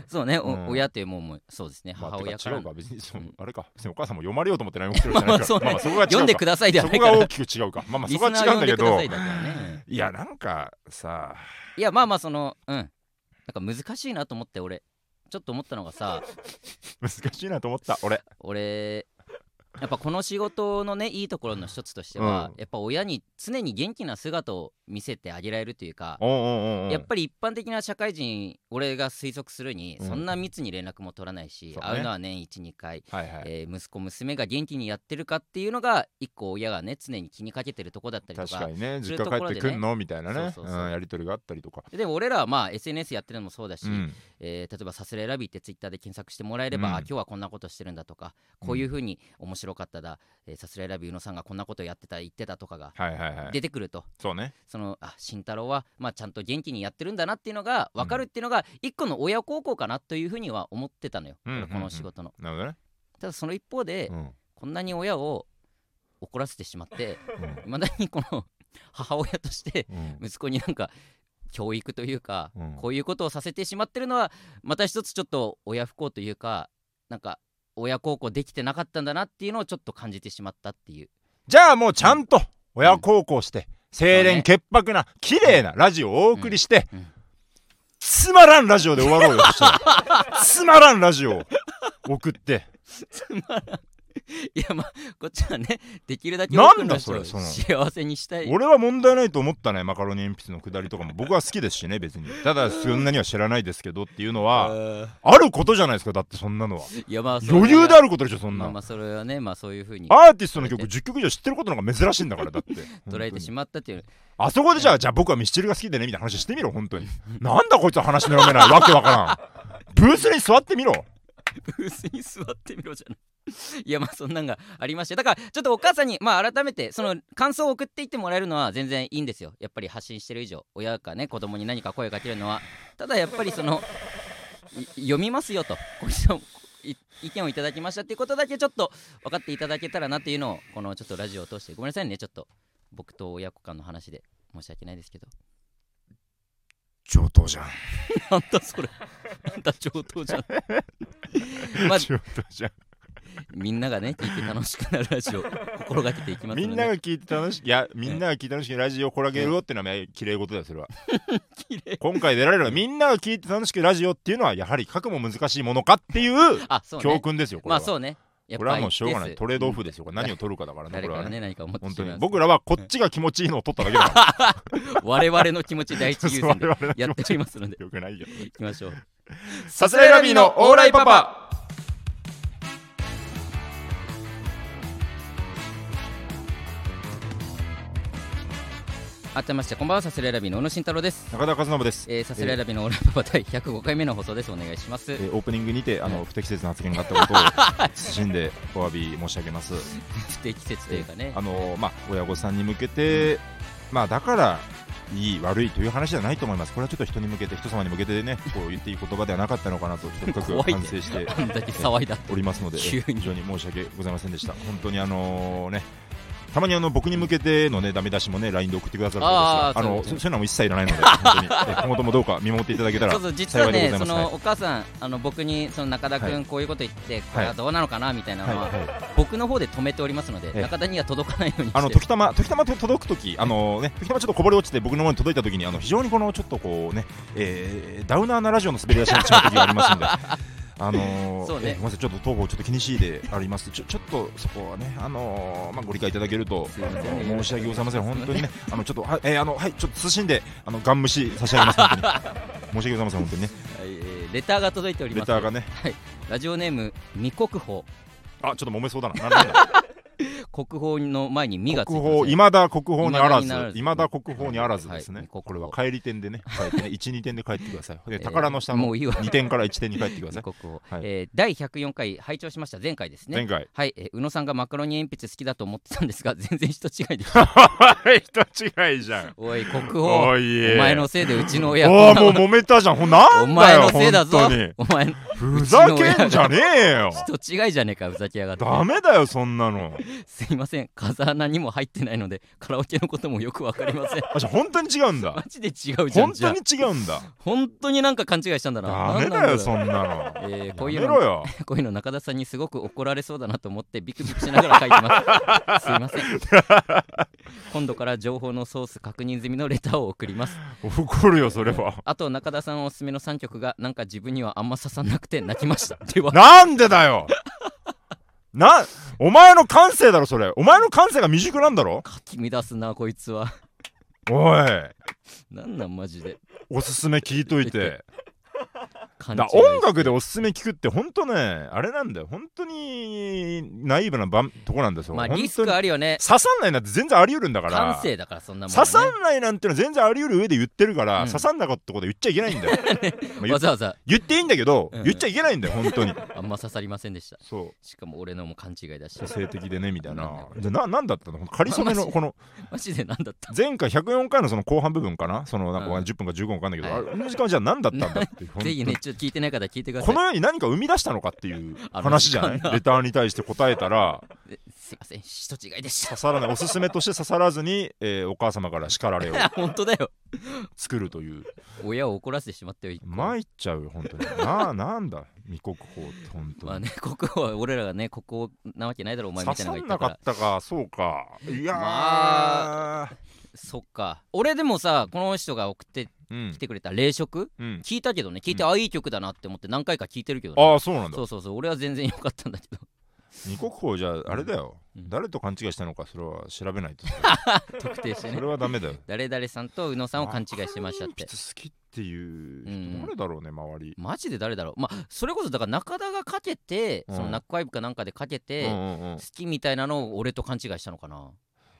[SPEAKER 1] そうね、お
[SPEAKER 2] うん
[SPEAKER 1] 親というもんも、そうですね、
[SPEAKER 2] まあ
[SPEAKER 1] 母
[SPEAKER 2] て
[SPEAKER 1] 親
[SPEAKER 2] か
[SPEAKER 1] からの
[SPEAKER 2] 違う。か別にそうの
[SPEAKER 1] ん
[SPEAKER 2] あれか別にお母さんも読まれようと思って何も来てるわけじゃない か
[SPEAKER 1] そうね
[SPEAKER 2] らまあまあそこが違うか
[SPEAKER 1] 読んでくださいでは
[SPEAKER 2] そ
[SPEAKER 1] な
[SPEAKER 2] こ
[SPEAKER 1] いか
[SPEAKER 2] が
[SPEAKER 1] ら
[SPEAKER 2] 大。きく違うかまあまあ
[SPEAKER 1] リス
[SPEAKER 2] そこは
[SPEAKER 1] ナー
[SPEAKER 2] 違
[SPEAKER 1] 呼
[SPEAKER 2] うん
[SPEAKER 1] ん
[SPEAKER 2] だ
[SPEAKER 1] で
[SPEAKER 2] け
[SPEAKER 1] くだ
[SPEAKER 2] ど
[SPEAKER 1] さいだからね。
[SPEAKER 2] いやなんかさ
[SPEAKER 1] いやまあまあそのうんなんか難しいなと思って俺ちょっと思ったのが さ
[SPEAKER 2] 難しいなと思った俺
[SPEAKER 1] 俺やっぱこの仕事のねいいところの一つとしては、
[SPEAKER 2] うん
[SPEAKER 1] やっぱ親に常に元気な姿を見せてあげられるというか、
[SPEAKER 2] うんうんうんうん
[SPEAKER 1] やっぱり一般的な社会人俺が推測するに、
[SPEAKER 2] うん
[SPEAKER 1] そんな密に連絡も取らないし、
[SPEAKER 2] そうね
[SPEAKER 1] 会うのは年12回、
[SPEAKER 2] はいはい、
[SPEAKER 1] えー息子娘が元気にやってるかっていうのが一個親がね常に気にかけてるとこだったりと
[SPEAKER 2] 確
[SPEAKER 1] か
[SPEAKER 2] かにね
[SPEAKER 1] そうい
[SPEAKER 2] 実
[SPEAKER 1] うところ
[SPEAKER 2] 家
[SPEAKER 1] でね
[SPEAKER 2] 帰ってくんのみたいなね
[SPEAKER 1] そうそうそう
[SPEAKER 2] うんやり取りがあったりとか、
[SPEAKER 1] でも俺らはまあ SNS やってるのもそうだし、
[SPEAKER 2] うん
[SPEAKER 1] えー例えば「さすらいラビー」ってツイッターで検索してもらえれば、
[SPEAKER 2] うん
[SPEAKER 1] あ今日はこんなことしてるんだとかこういうふうに面白かっただえーさすらいラビー宇野さんがこんなことやってた言ってたとかが
[SPEAKER 2] はいはいはい
[SPEAKER 1] 出てくると、
[SPEAKER 2] そうね
[SPEAKER 1] そのあ慎太郎は、まあ、ちゃんと元気にやってるんだなっていうのが分かるっていうのが一個の親孝行かなというふうには思ってたのよ、
[SPEAKER 2] うんうんうん
[SPEAKER 1] この仕事の。
[SPEAKER 2] なるほどね、
[SPEAKER 1] ただその一方で、
[SPEAKER 2] うんうん
[SPEAKER 1] こんなに親を怒らせてしま っていまだにこの母親として
[SPEAKER 2] うん
[SPEAKER 1] 息子になんか教育というか、
[SPEAKER 2] うん
[SPEAKER 1] こういうことをさせてしまってるのはまた一つちょっと親不孝というかなんか親孝行できてなかったんだなっていうのをちょっと感じてしまったっていう
[SPEAKER 2] じゃあもうちゃんと親孝行して、清廉潔白な綺麗なラジオをお送りして、
[SPEAKER 1] うんうん
[SPEAKER 2] つまらんラジオで終わろうよ そしたらつまらんラジオを送って
[SPEAKER 1] いやまあこっちはねできるだけ
[SPEAKER 2] な
[SPEAKER 1] 多
[SPEAKER 2] んだ
[SPEAKER 1] くの人を
[SPEAKER 2] それ
[SPEAKER 1] 幸せにしたい
[SPEAKER 2] 俺は問題ないと思ったねマカロニ鉛筆のくだりとかも僕は好きですしね別にただそんなには知らないですけどっていうのはあることじゃないですかだってそんなのはい
[SPEAKER 1] やまあそれは
[SPEAKER 2] 余裕であることでしょそん
[SPEAKER 1] ま
[SPEAKER 2] な
[SPEAKER 1] あ
[SPEAKER 2] の
[SPEAKER 1] まあそれはねまあそういうふうに
[SPEAKER 2] アーティストの曲10曲以上知ってることなんか珍しいんだか らだって
[SPEAKER 1] 捉えてしまったっていう
[SPEAKER 2] あそこでじゃあじゃあ僕はミスチルが好きでねみたいな話してみろ本当になんだこいつは話の読めないわけわからんブースに座ってみろ
[SPEAKER 1] ブースに座ってみろじゃない。いやまあそんなんがありましてだからちょっとお母さんにまあ改めてその感想を送っていってもらえるのは全然いいんですよやっぱり発信してる以上親かね子供に何か声かけるのはただやっぱりそのい読みますよとこういうのい意見をいただきましたっていうことだけちょっと分かっていただけたらなっていうのをこのちょっとラジオを通してごめんなさいねちょっと僕と親子間の話で申し訳ないですけど
[SPEAKER 2] 上等じゃん
[SPEAKER 1] なんだそ れなんだ上等じゃんまあ
[SPEAKER 2] 上等じゃん
[SPEAKER 1] みんながね聞いて楽しくなるラジオ心がけていきますの
[SPEAKER 2] み
[SPEAKER 1] で、ね、
[SPEAKER 2] んなが聞いて楽し いいやみんなが聞いて楽しいラジオこらげるよってのはきれい事だよそれは今回出られるのはみんなが聞いて楽しくラジオっていうのはやはり書くも難しいものかっていう
[SPEAKER 1] あそうね
[SPEAKER 2] 教訓ですよこれ
[SPEAKER 1] まあ
[SPEAKER 2] は
[SPEAKER 1] そうねやっ
[SPEAKER 2] これは
[SPEAKER 1] ぱ
[SPEAKER 2] もうしょうがな
[SPEAKER 1] 一定
[SPEAKER 2] い
[SPEAKER 1] 数
[SPEAKER 2] トレードオフですよこれ
[SPEAKER 1] うん
[SPEAKER 2] 何を取るかだからね
[SPEAKER 1] 誰
[SPEAKER 2] これ
[SPEAKER 1] か
[SPEAKER 2] は
[SPEAKER 1] が
[SPEAKER 2] ね
[SPEAKER 1] ね何か思って
[SPEAKER 2] 本
[SPEAKER 1] し
[SPEAKER 2] 当
[SPEAKER 1] ま
[SPEAKER 2] に
[SPEAKER 1] う
[SPEAKER 2] 僕らはこっちが気持ちいいのを取っただ けだか
[SPEAKER 1] 我々の気持ち第一優
[SPEAKER 2] ら
[SPEAKER 1] 先で
[SPEAKER 2] 我々の気
[SPEAKER 1] やっ
[SPEAKER 2] 持
[SPEAKER 1] ておりますので
[SPEAKER 2] ちよくないよ
[SPEAKER 1] 行きましょう
[SPEAKER 2] さすらいラビーのオーライパパ
[SPEAKER 1] 改めましてこんばんはサスレラビーの小野慎太郎です、
[SPEAKER 2] 中田和信です
[SPEAKER 1] えー、サスレラビーのオーライパパ第105回目の放送ですお願いします
[SPEAKER 2] えーオープニングにてあの不適切な発言があったことを 謹んでお詫び申し上げます
[SPEAKER 1] 不適切というかね
[SPEAKER 2] あのまあ、親御さんに向けて、まあ、だからいい、悪いという話じゃないと思います、これはちょっと人に向けて、人様に向けてね、こう言っていい言葉ではなかったのかなと、ちょっと深
[SPEAKER 1] 怖
[SPEAKER 2] く
[SPEAKER 1] いね
[SPEAKER 2] 反省して
[SPEAKER 1] あんだけ騒いだ
[SPEAKER 2] おりますの で、
[SPEAKER 1] 急
[SPEAKER 2] 非
[SPEAKER 1] に
[SPEAKER 2] 常に申し訳ございませんでした、本当にあのね。たまにあの僕に向けてのねダメ出しもね LINE で送ってくださるんですが
[SPEAKER 1] あ
[SPEAKER 2] あ
[SPEAKER 1] ー
[SPEAKER 2] の
[SPEAKER 1] そうです
[SPEAKER 2] そ
[SPEAKER 1] ね
[SPEAKER 2] そういうのも一切いらないので本当にえ今後ともどうか見守っていただけたら
[SPEAKER 1] そうそう実は
[SPEAKER 2] 幸い
[SPEAKER 1] ね
[SPEAKER 2] でござ
[SPEAKER 1] そ
[SPEAKER 2] います
[SPEAKER 1] のお母さんあの僕にその中田
[SPEAKER 2] は
[SPEAKER 1] 君こういうこと言ってこれはどうなのかなみたいな
[SPEAKER 2] はい
[SPEAKER 1] のは
[SPEAKER 2] はい、
[SPEAKER 1] 僕の方で止めておりますので
[SPEAKER 2] ええ
[SPEAKER 1] 中田には届かないように
[SPEAKER 2] あの
[SPEAKER 1] して
[SPEAKER 2] 時たま時たまと届く時あのね時たまちょっとこぼれ落ちて僕の方に届いた時にあの非常にこのちょっとこうね、えーダウナーなラジオの滑り出しになっちゃう時があり ますので。あのー
[SPEAKER 1] そうね
[SPEAKER 2] えーごめんなさい、ちょっと東郷ちょっと気にしいであります。ちょちょっとそこはね、あのーまあご理解いただけると
[SPEAKER 1] すいません
[SPEAKER 2] あの申し訳ございません。本当にね、 あのちょっとはい、えーあのはい、ちょっと謹んであのガン虫差し上げます。本当に申し訳ございません。本当にね、
[SPEAKER 1] はいえーレターが届いており
[SPEAKER 2] レ
[SPEAKER 1] ます
[SPEAKER 2] ターがね、
[SPEAKER 1] ラジオネーム未国宝
[SPEAKER 2] あちょっと揉めそうだな。なんだ
[SPEAKER 1] 国宝の前に未がついて
[SPEAKER 2] 国
[SPEAKER 1] ますね
[SPEAKER 2] 宝、いまだ国宝にあらず
[SPEAKER 1] 未だになら、ず
[SPEAKER 2] いまだ国宝にあらずです
[SPEAKER 1] はい国
[SPEAKER 2] ね。こ
[SPEAKER 1] 宝
[SPEAKER 2] れは帰り点でね、帰 ってね、1、2点で帰ってください。で
[SPEAKER 1] えー
[SPEAKER 2] 宝の下の
[SPEAKER 1] もういいわ
[SPEAKER 2] 2点から1点に帰ってくださ
[SPEAKER 1] 未
[SPEAKER 2] い。
[SPEAKER 1] 国宝
[SPEAKER 2] はい
[SPEAKER 1] えー第104回拝聴しました前回ですね
[SPEAKER 2] 前回。
[SPEAKER 1] はい、えー宇野さんがマカロニ鉛筆好きだと思ってたんですが 全然人違いでした
[SPEAKER 2] 人違いじゃん。
[SPEAKER 1] おい国宝お
[SPEAKER 2] おいえ。
[SPEAKER 1] 前のせいでうちの親
[SPEAKER 2] お
[SPEAKER 1] こ
[SPEAKER 2] お
[SPEAKER 1] んな
[SPEAKER 2] もう揉めたじゃん。ほんなんだよ
[SPEAKER 1] お前のせいだぞ
[SPEAKER 2] 本当に
[SPEAKER 1] お前
[SPEAKER 2] ふざけんじゃねえよ。
[SPEAKER 1] 人違いじゃねえかふざけやがって
[SPEAKER 2] ダメだよ、そんなの。
[SPEAKER 1] すいません風穴にも入ってないのでカラオケのこともよくわかりません
[SPEAKER 2] あ、じゃあ本当に違うん
[SPEAKER 1] マ
[SPEAKER 2] だ。
[SPEAKER 1] ジで違うじゃん
[SPEAKER 2] 本
[SPEAKER 1] じゃあ
[SPEAKER 2] 当に違うんだ。
[SPEAKER 1] 本当になんか勘違いしたんだな
[SPEAKER 2] ダ
[SPEAKER 1] な
[SPEAKER 2] メ
[SPEAKER 1] ん
[SPEAKER 2] だ
[SPEAKER 1] な
[SPEAKER 2] よ、
[SPEAKER 1] ん
[SPEAKER 2] そんなの。
[SPEAKER 1] えー
[SPEAKER 2] や
[SPEAKER 1] こう
[SPEAKER 2] め
[SPEAKER 1] いう
[SPEAKER 2] ろ
[SPEAKER 1] の
[SPEAKER 2] よ。
[SPEAKER 1] こういうの中田さんにすごく怒られそうだなと思ってビクビクしながら書いて ますすいません今度から情報のソース確認済みのレターを送ります
[SPEAKER 2] 怒るよ、それは。
[SPEAKER 1] あと中田さんおすすめの3曲がなんか自分にはあんま刺さなくて泣きましたでは
[SPEAKER 2] なんでだよなお前の感性だろそれお前の感性が未熟なんだろ
[SPEAKER 1] かき乱すなこいつは
[SPEAKER 2] おい
[SPEAKER 1] なんなんマジで
[SPEAKER 2] おすすめ聞いといて
[SPEAKER 1] 勘違
[SPEAKER 2] だ
[SPEAKER 1] い
[SPEAKER 2] 音楽でおすすめ聞くってほんとねあれなんだよほんとにナイーブな場とこなんですよ、
[SPEAKER 1] まあ
[SPEAKER 2] ほんとに
[SPEAKER 1] リスクあるよね
[SPEAKER 2] 刺さんないなんて全然あり得るんだから
[SPEAKER 1] 感性だからそんなもん、ね、
[SPEAKER 2] 刺さんないなんてのは全然あり得る上で言ってるから、
[SPEAKER 1] うん
[SPEAKER 2] 刺さんなかったこと言っちゃいけない んだよ、まあ言
[SPEAKER 1] わ
[SPEAKER 2] っ
[SPEAKER 1] ざわざ
[SPEAKER 2] 言っていいんだけど、
[SPEAKER 1] うん
[SPEAKER 2] 言っちゃいけないんだよ 本当に
[SPEAKER 1] あんま刺さりませんでした
[SPEAKER 2] そ
[SPEAKER 1] しかも俺のも勘違いだし
[SPEAKER 2] う性的でねみたい
[SPEAKER 1] なんだ
[SPEAKER 2] な
[SPEAKER 1] これ
[SPEAKER 2] じゃあななんだったのかりそ
[SPEAKER 1] ま
[SPEAKER 2] め
[SPEAKER 1] あ
[SPEAKER 2] の
[SPEAKER 1] まあ
[SPEAKER 2] この
[SPEAKER 1] マジで何だった
[SPEAKER 2] 前回104回のその後半部分かなそのなんか
[SPEAKER 1] うん
[SPEAKER 2] 10分か15分かわかんないけど、
[SPEAKER 1] はい
[SPEAKER 2] あれあの時間はじゃあ何だったんだっていう本
[SPEAKER 1] ぜ
[SPEAKER 2] 当に
[SPEAKER 1] ひねちょっと聞いてない方聞いてくださ
[SPEAKER 2] こ
[SPEAKER 1] い
[SPEAKER 2] の世に何か生み出したのかっていう
[SPEAKER 1] あの
[SPEAKER 2] 話じゃない
[SPEAKER 1] 時間
[SPEAKER 2] レターに対して答えたら
[SPEAKER 1] えすいません人違いでした
[SPEAKER 2] 刺さらないおすすめとして刺さらずに、えーお母様から叱 られを
[SPEAKER 1] 本当だよ
[SPEAKER 2] 作るという
[SPEAKER 1] 親を怒らせてしまったよ一個
[SPEAKER 2] 参っちゃうよ本当になあなんだ未国法って本当に、
[SPEAKER 1] まあね国王は俺らがね国王なわけないだろお前み
[SPEAKER 2] 刺
[SPEAKER 1] たいなの
[SPEAKER 2] さ
[SPEAKER 1] が
[SPEAKER 2] ん
[SPEAKER 1] 言
[SPEAKER 2] な
[SPEAKER 1] ったか
[SPEAKER 2] からったかそうかいやー、
[SPEAKER 1] まそっか俺でもさこの人が送って
[SPEAKER 2] うん
[SPEAKER 1] きてくれた冷食
[SPEAKER 2] うん
[SPEAKER 1] 聞いたけどね聞いて、
[SPEAKER 2] うん
[SPEAKER 1] あいい曲だなって思って何回か聞いてるけどね
[SPEAKER 2] ああそうなんだ
[SPEAKER 1] そうそうそう俺は全然良かったんだけど
[SPEAKER 2] 未国法じゃああれだよ、
[SPEAKER 1] うん
[SPEAKER 2] 誰と勘違いしたのかそれは調べない と
[SPEAKER 1] 特定して
[SPEAKER 2] そ
[SPEAKER 1] ね
[SPEAKER 2] れはダメだよ
[SPEAKER 1] 誰々さんと宇野さんを勘違いしてましたって
[SPEAKER 2] 鉛筆好きっていう
[SPEAKER 1] うんうん
[SPEAKER 2] 人誰だろうね周り、
[SPEAKER 1] マジで誰だろうまあそれこそだから中田がかけて、
[SPEAKER 2] うん
[SPEAKER 1] そのナックワイブかなんかでかけて、
[SPEAKER 2] うんうんうん
[SPEAKER 1] 好きみたいなのを俺と勘違いしたのかな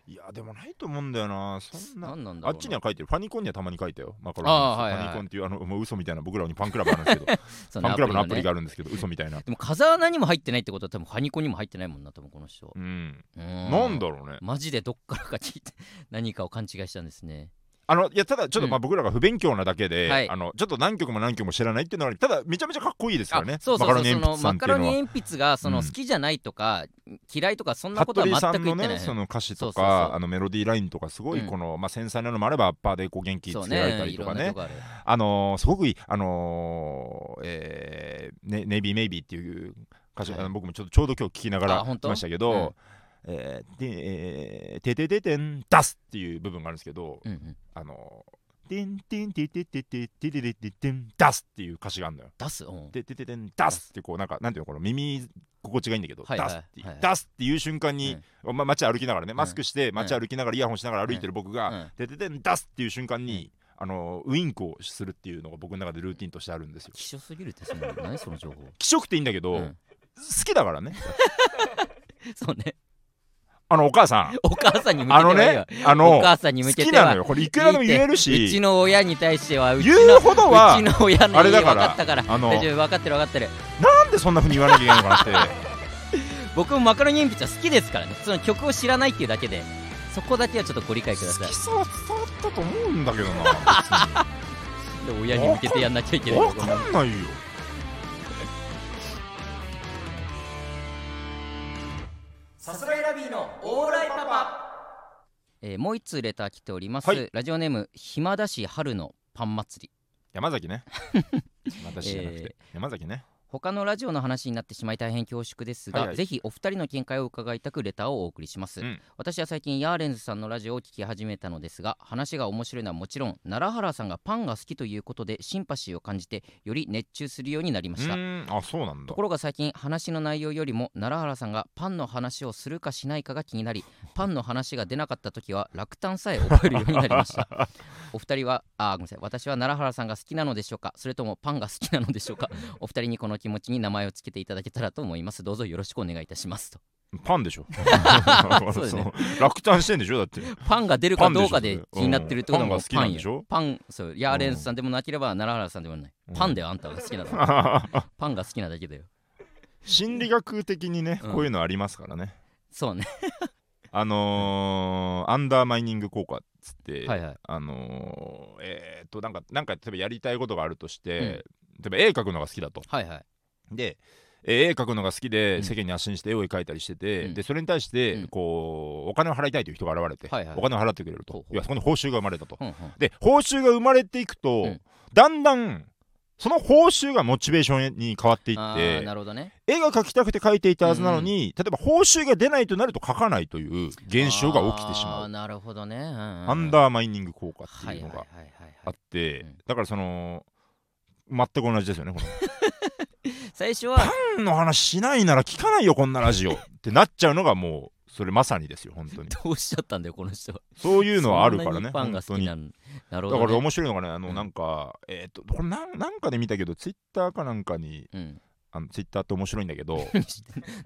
[SPEAKER 1] い
[SPEAKER 2] やでもないと思うんだよなそんな
[SPEAKER 1] 何なんだ
[SPEAKER 2] あ
[SPEAKER 1] ろう
[SPEAKER 2] っ
[SPEAKER 1] な
[SPEAKER 2] ちには書いてるファニコンにはたまに書いたよマカロニ
[SPEAKER 1] あー
[SPEAKER 2] フ
[SPEAKER 1] はいはい
[SPEAKER 2] ァニコンっていうあのもう嘘みたいな僕らにファンクラブあるんですけど
[SPEAKER 1] そ
[SPEAKER 2] ファンクラブのアプ
[SPEAKER 1] ね
[SPEAKER 2] リがあるんですけど嘘みたいな
[SPEAKER 1] でも風穴にも入ってないってことは多分ハニコにも入ってないもんな多分この人
[SPEAKER 2] うん
[SPEAKER 1] な
[SPEAKER 2] なんだろうね
[SPEAKER 1] マジでどっからか聞いて何かを勘違いしたんですね
[SPEAKER 2] あのいやただちょっとま
[SPEAKER 1] う
[SPEAKER 2] あ僕らが不勉強なだけで、
[SPEAKER 1] はい
[SPEAKER 2] あのちょっと何曲も何曲も知らないっていうのはただめちゃめちゃかっこいいですからね
[SPEAKER 1] あそうそうそうそ
[SPEAKER 2] マカ
[SPEAKER 1] のマカロ
[SPEAKER 2] ロニ鉛筆さんっていうの
[SPEAKER 1] ニ
[SPEAKER 2] は
[SPEAKER 1] 鉛筆がその
[SPEAKER 2] うん
[SPEAKER 1] 好きじゃないとか、嫌いとかそんなこと
[SPEAKER 2] 服
[SPEAKER 1] は
[SPEAKER 2] 部さ
[SPEAKER 1] 全
[SPEAKER 2] ん
[SPEAKER 1] く言っ
[SPEAKER 2] の
[SPEAKER 1] てない、
[SPEAKER 2] ねその歌詞と
[SPEAKER 1] そうそうそ
[SPEAKER 2] か
[SPEAKER 1] う
[SPEAKER 2] あのメロディーラインとかすごいこの、まあ、繊細なのもあればアッパーでこう元気
[SPEAKER 1] そう
[SPEAKER 2] つけられた
[SPEAKER 1] ね
[SPEAKER 2] り
[SPEAKER 1] い
[SPEAKER 2] と
[SPEAKER 1] ろ
[SPEAKER 2] か
[SPEAKER 1] んな
[SPEAKER 2] ね
[SPEAKER 1] とこある
[SPEAKER 2] あのーすごくいいあのーえーね、ネイビーメイビーっていう歌詞、
[SPEAKER 1] はい
[SPEAKER 2] あの僕もちょっとちょうど今日聞きなが
[SPEAKER 1] あ
[SPEAKER 2] ら
[SPEAKER 1] 本
[SPEAKER 2] 来
[SPEAKER 1] 当
[SPEAKER 2] ましたけど、
[SPEAKER 1] うん
[SPEAKER 2] えーでえーててててん出すっていう部分があるんですけど、
[SPEAKER 1] うんうん、
[SPEAKER 2] あのーてんてんてててててててててん出すっていう歌詞があるのよ。
[SPEAKER 1] 出す、うん、
[SPEAKER 2] ててててん出すってこうなんかなんていうのこの耳心地がいいんだけど、
[SPEAKER 1] はいはい
[SPEAKER 2] 出すって、
[SPEAKER 1] はいはい
[SPEAKER 2] 出すっていう瞬間に、ま街歩きながらねマスクして街歩きながらイヤホンしながら歩いてる僕が、
[SPEAKER 1] うん
[SPEAKER 2] ででで出すっていう瞬間に、あのウインクをするっていうのが僕の中でルーティンとしてあるんですよ。
[SPEAKER 1] 希少すぎるってその何 その情報、
[SPEAKER 2] 気色っていいんだけど、
[SPEAKER 1] うん、
[SPEAKER 2] 好きだからね。
[SPEAKER 1] そうね
[SPEAKER 2] あのお母さん、
[SPEAKER 1] お母さんに向け
[SPEAKER 2] あ
[SPEAKER 1] ては
[SPEAKER 2] の
[SPEAKER 1] いいわ
[SPEAKER 2] ね、あ
[SPEAKER 1] お
[SPEAKER 2] の
[SPEAKER 1] 母さんに向
[SPEAKER 2] 好
[SPEAKER 1] け
[SPEAKER 2] き
[SPEAKER 1] て
[SPEAKER 2] なの
[SPEAKER 1] は
[SPEAKER 2] よ。これいくらでも言える
[SPEAKER 1] うち
[SPEAKER 2] し、
[SPEAKER 1] の親に対してはうちの
[SPEAKER 2] 言うほどは
[SPEAKER 1] うちの親の
[SPEAKER 2] あれだから
[SPEAKER 1] 分かったから
[SPEAKER 2] あの
[SPEAKER 1] 大丈夫分かってる分かってる
[SPEAKER 2] なんでそんな風に言わなきゃいけないのかなって。
[SPEAKER 1] 僕もマカロニ鉛筆は好きですからねその曲を知らないっていうだけでそこだけはちょっとご理解くだ
[SPEAKER 2] 好
[SPEAKER 1] さい
[SPEAKER 2] きさは伝わったと思うんだけどな。
[SPEAKER 1] で親に向けてやんなきゃいけ
[SPEAKER 2] 別
[SPEAKER 1] ない
[SPEAKER 2] にわ
[SPEAKER 1] ところ
[SPEAKER 2] かんないよ。
[SPEAKER 1] さすらいラビーのオーライパパ、えーもう一通レター来ております、
[SPEAKER 2] はい
[SPEAKER 1] ラジオネーム暇だし春のパン祭り
[SPEAKER 2] 山 崎ね。私じゃなくて、山崎ね。
[SPEAKER 1] 他のラジオの話になってしまい大変恐縮ですが、
[SPEAKER 2] はいはい
[SPEAKER 1] ぜひお二人の見解を伺いたくレターをお送りします、
[SPEAKER 2] うん
[SPEAKER 1] 私は最近ヤーレンズさんのラジオを聞き始めたのですが話が面白いのはもちろん奈良原さんがパンが好きということでシンパシーを感じてより熱中するようになりま
[SPEAKER 2] う
[SPEAKER 1] した
[SPEAKER 2] ーん、あ、そうなんだ
[SPEAKER 1] とこ。ろが最近話の内容よりも奈良原さんがパンの話をするかしないかが気に なりパンの話が出なかった時は落胆さえ覚えるようになりました お二人はあーごめんなさい私は奈良原さんが好きなのでしょうかそれともパンが好きなのでしょう かお二人にこの気持ちに名前をつけていただけたらと思いますどうぞよろしくお願いいたしますと
[SPEAKER 2] パンでしょ
[SPEAKER 1] そうだね
[SPEAKER 2] そう落胆してんでしょだって
[SPEAKER 1] パンが出るかどうかで
[SPEAKER 2] パンでしょ
[SPEAKER 1] 気になってるってことはもう
[SPEAKER 2] うんパンが好きなんでし
[SPEAKER 1] よ
[SPEAKER 2] ょ
[SPEAKER 1] パンそうヤーレンズさんでもなければ奈良原さんでもない
[SPEAKER 2] うん
[SPEAKER 1] パンだよあんたが好きなの パンが好きなだけだよ
[SPEAKER 2] 心理学的にね
[SPEAKER 1] うん
[SPEAKER 2] こういうのありますからね、
[SPEAKER 1] そうね
[SPEAKER 2] あのーアンダーマイニング効果っつって、
[SPEAKER 1] はいはい
[SPEAKER 2] あのーえーっとなんかなんか例えばやりたいことがあるとして、例えば絵描くのが好きだと
[SPEAKER 1] はいはい
[SPEAKER 2] でえー絵描くのが好き
[SPEAKER 1] うん
[SPEAKER 2] で世間に発信して絵を描いたりしてて、
[SPEAKER 1] うん
[SPEAKER 2] でそれに対し
[SPEAKER 1] うん
[SPEAKER 2] てこうお金を払いたいという人が現れて、
[SPEAKER 1] はいはい
[SPEAKER 2] お金を払ってくれると
[SPEAKER 1] ほうほう
[SPEAKER 2] いやそこに報酬が生まれたと、
[SPEAKER 1] うんうん
[SPEAKER 2] で報酬が生まれていくと、
[SPEAKER 1] うん
[SPEAKER 2] だんだんその報酬がモチベーションに変わってい
[SPEAKER 1] あ
[SPEAKER 2] っ
[SPEAKER 1] ー
[SPEAKER 2] て
[SPEAKER 1] なるほどね
[SPEAKER 2] 絵が描きたくて描いていたはずなのに、例えば報酬が出ないとなると描かないという現象が起きてしま
[SPEAKER 1] あー
[SPEAKER 2] う
[SPEAKER 1] なるほどね。うんうんうん
[SPEAKER 2] アンダーマイニング効果っていうのが
[SPEAKER 1] はいはいはいはい
[SPEAKER 2] あ
[SPEAKER 1] は
[SPEAKER 2] っ
[SPEAKER 1] い
[SPEAKER 2] て、
[SPEAKER 1] うん
[SPEAKER 2] だからその全く同じですよねこの
[SPEAKER 1] 最初は
[SPEAKER 2] 「パンの話しないなら聞かないよこんなラジオ」ってなっちゃうのがもうそれまさにですよ 本当に
[SPEAKER 1] どうしちゃったんだよこの人は。
[SPEAKER 2] そういうのはあるから
[SPEAKER 1] そんな
[SPEAKER 2] ね
[SPEAKER 1] にパンが
[SPEAKER 2] 本
[SPEAKER 1] 好
[SPEAKER 2] 当
[SPEAKER 1] き
[SPEAKER 2] に
[SPEAKER 1] なの。なるほど、
[SPEAKER 2] だ
[SPEAKER 1] ね。
[SPEAKER 2] から面白いのがねあの、
[SPEAKER 1] うん
[SPEAKER 2] なんかえっ、とこれなんなんかで見たけどツイッターかなんかに
[SPEAKER 1] うん、
[SPEAKER 2] あのツイッターって面白いんだ けど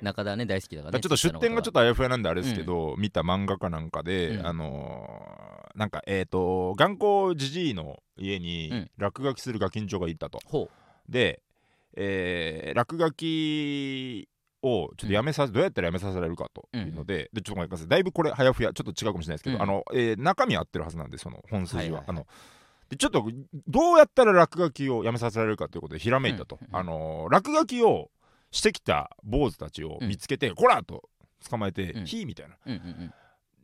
[SPEAKER 1] 中田ね大好きだか
[SPEAKER 2] だ
[SPEAKER 1] ら
[SPEAKER 2] から
[SPEAKER 1] ね。
[SPEAKER 2] ちょっと出典がちょっ
[SPEAKER 1] っ
[SPEAKER 2] とあやふやなんであれですけど、見た漫画かなんかで、
[SPEAKER 1] うん
[SPEAKER 2] あのーなんかえっ、と頑固じじいの家
[SPEAKER 1] う
[SPEAKER 2] に
[SPEAKER 1] ん
[SPEAKER 2] 落書きするガキンチョがいたと、
[SPEAKER 1] と。ほ
[SPEAKER 2] で、えー落書きをちょっとやめさせ、どうやったらやめさせられるかというので,、でちょっとごめんなさいだいぶこれはやふやちょっと違うかもしれないですけど、
[SPEAKER 1] うん
[SPEAKER 2] あのえー中身は合ってるはずなんでその本筋は。
[SPEAKER 1] はいはいはい
[SPEAKER 2] あのでちょっとどうやったら落書きをやめさせられるかということでひらめいたと、
[SPEAKER 1] うんうん
[SPEAKER 2] あのー落書きをしてきた坊主たちを見つけて、こらと捕まえて「
[SPEAKER 1] うん
[SPEAKER 2] ひ、みたいな
[SPEAKER 1] う。うんうんうん。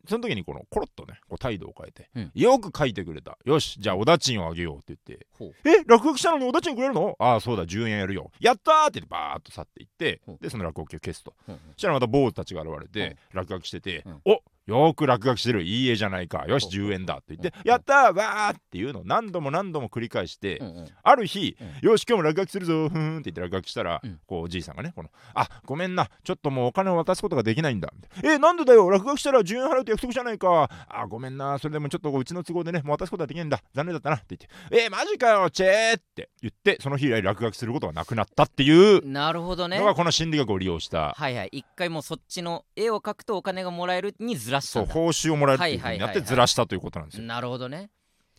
[SPEAKER 2] その時にこのコロッとねこう態度を変えて、
[SPEAKER 1] うん
[SPEAKER 2] よく書いてくれたよしじゃあおだちんをあげようって言って
[SPEAKER 1] ほう。
[SPEAKER 2] え落書きしたのにおだちんくれるのああそうだ10円やるよやったーって言ってバーッと去っていって
[SPEAKER 1] うん
[SPEAKER 2] でその落書きを消すと
[SPEAKER 1] ほう
[SPEAKER 2] そしたらまた坊主たちが現れて落書きしてて
[SPEAKER 1] うん
[SPEAKER 2] 「およーく落書きしてるいい絵じゃないかよし
[SPEAKER 1] うん
[SPEAKER 2] 10円だ」って言って
[SPEAKER 1] う
[SPEAKER 2] 「
[SPEAKER 1] ん
[SPEAKER 2] やったーわー」っていうのを何度も何度も繰り返して、
[SPEAKER 1] うんうん。
[SPEAKER 2] ある日、よし今日も落書きするぞふーんって言って落書きしたら、
[SPEAKER 1] うん
[SPEAKER 2] こうおじいさんがねこのあごめんなちょっともうお金を渡すことができないんだえなんでだよ落書きしたら10円払うと約束じゃないかあごめんなそれでもちょっとうちの都合でねもう渡すことはできないんだ残念だったなって言ってえマジかよチェーって言ってその日以来落書きすることがなくなったっていう
[SPEAKER 1] なるほどね
[SPEAKER 2] の。がこの心理学を利用した、
[SPEAKER 1] はいはい。一回もうそっちの絵を描くとお金がもらえるにずらし
[SPEAKER 2] そ
[SPEAKER 1] た
[SPEAKER 2] うん
[SPEAKER 1] だ。
[SPEAKER 2] 報酬をもらえるっていうふうにな
[SPEAKER 1] はいはいは
[SPEAKER 2] っ
[SPEAKER 1] いは
[SPEAKER 2] て
[SPEAKER 1] い
[SPEAKER 2] ずらしたということなんですよ、
[SPEAKER 1] なるほどね。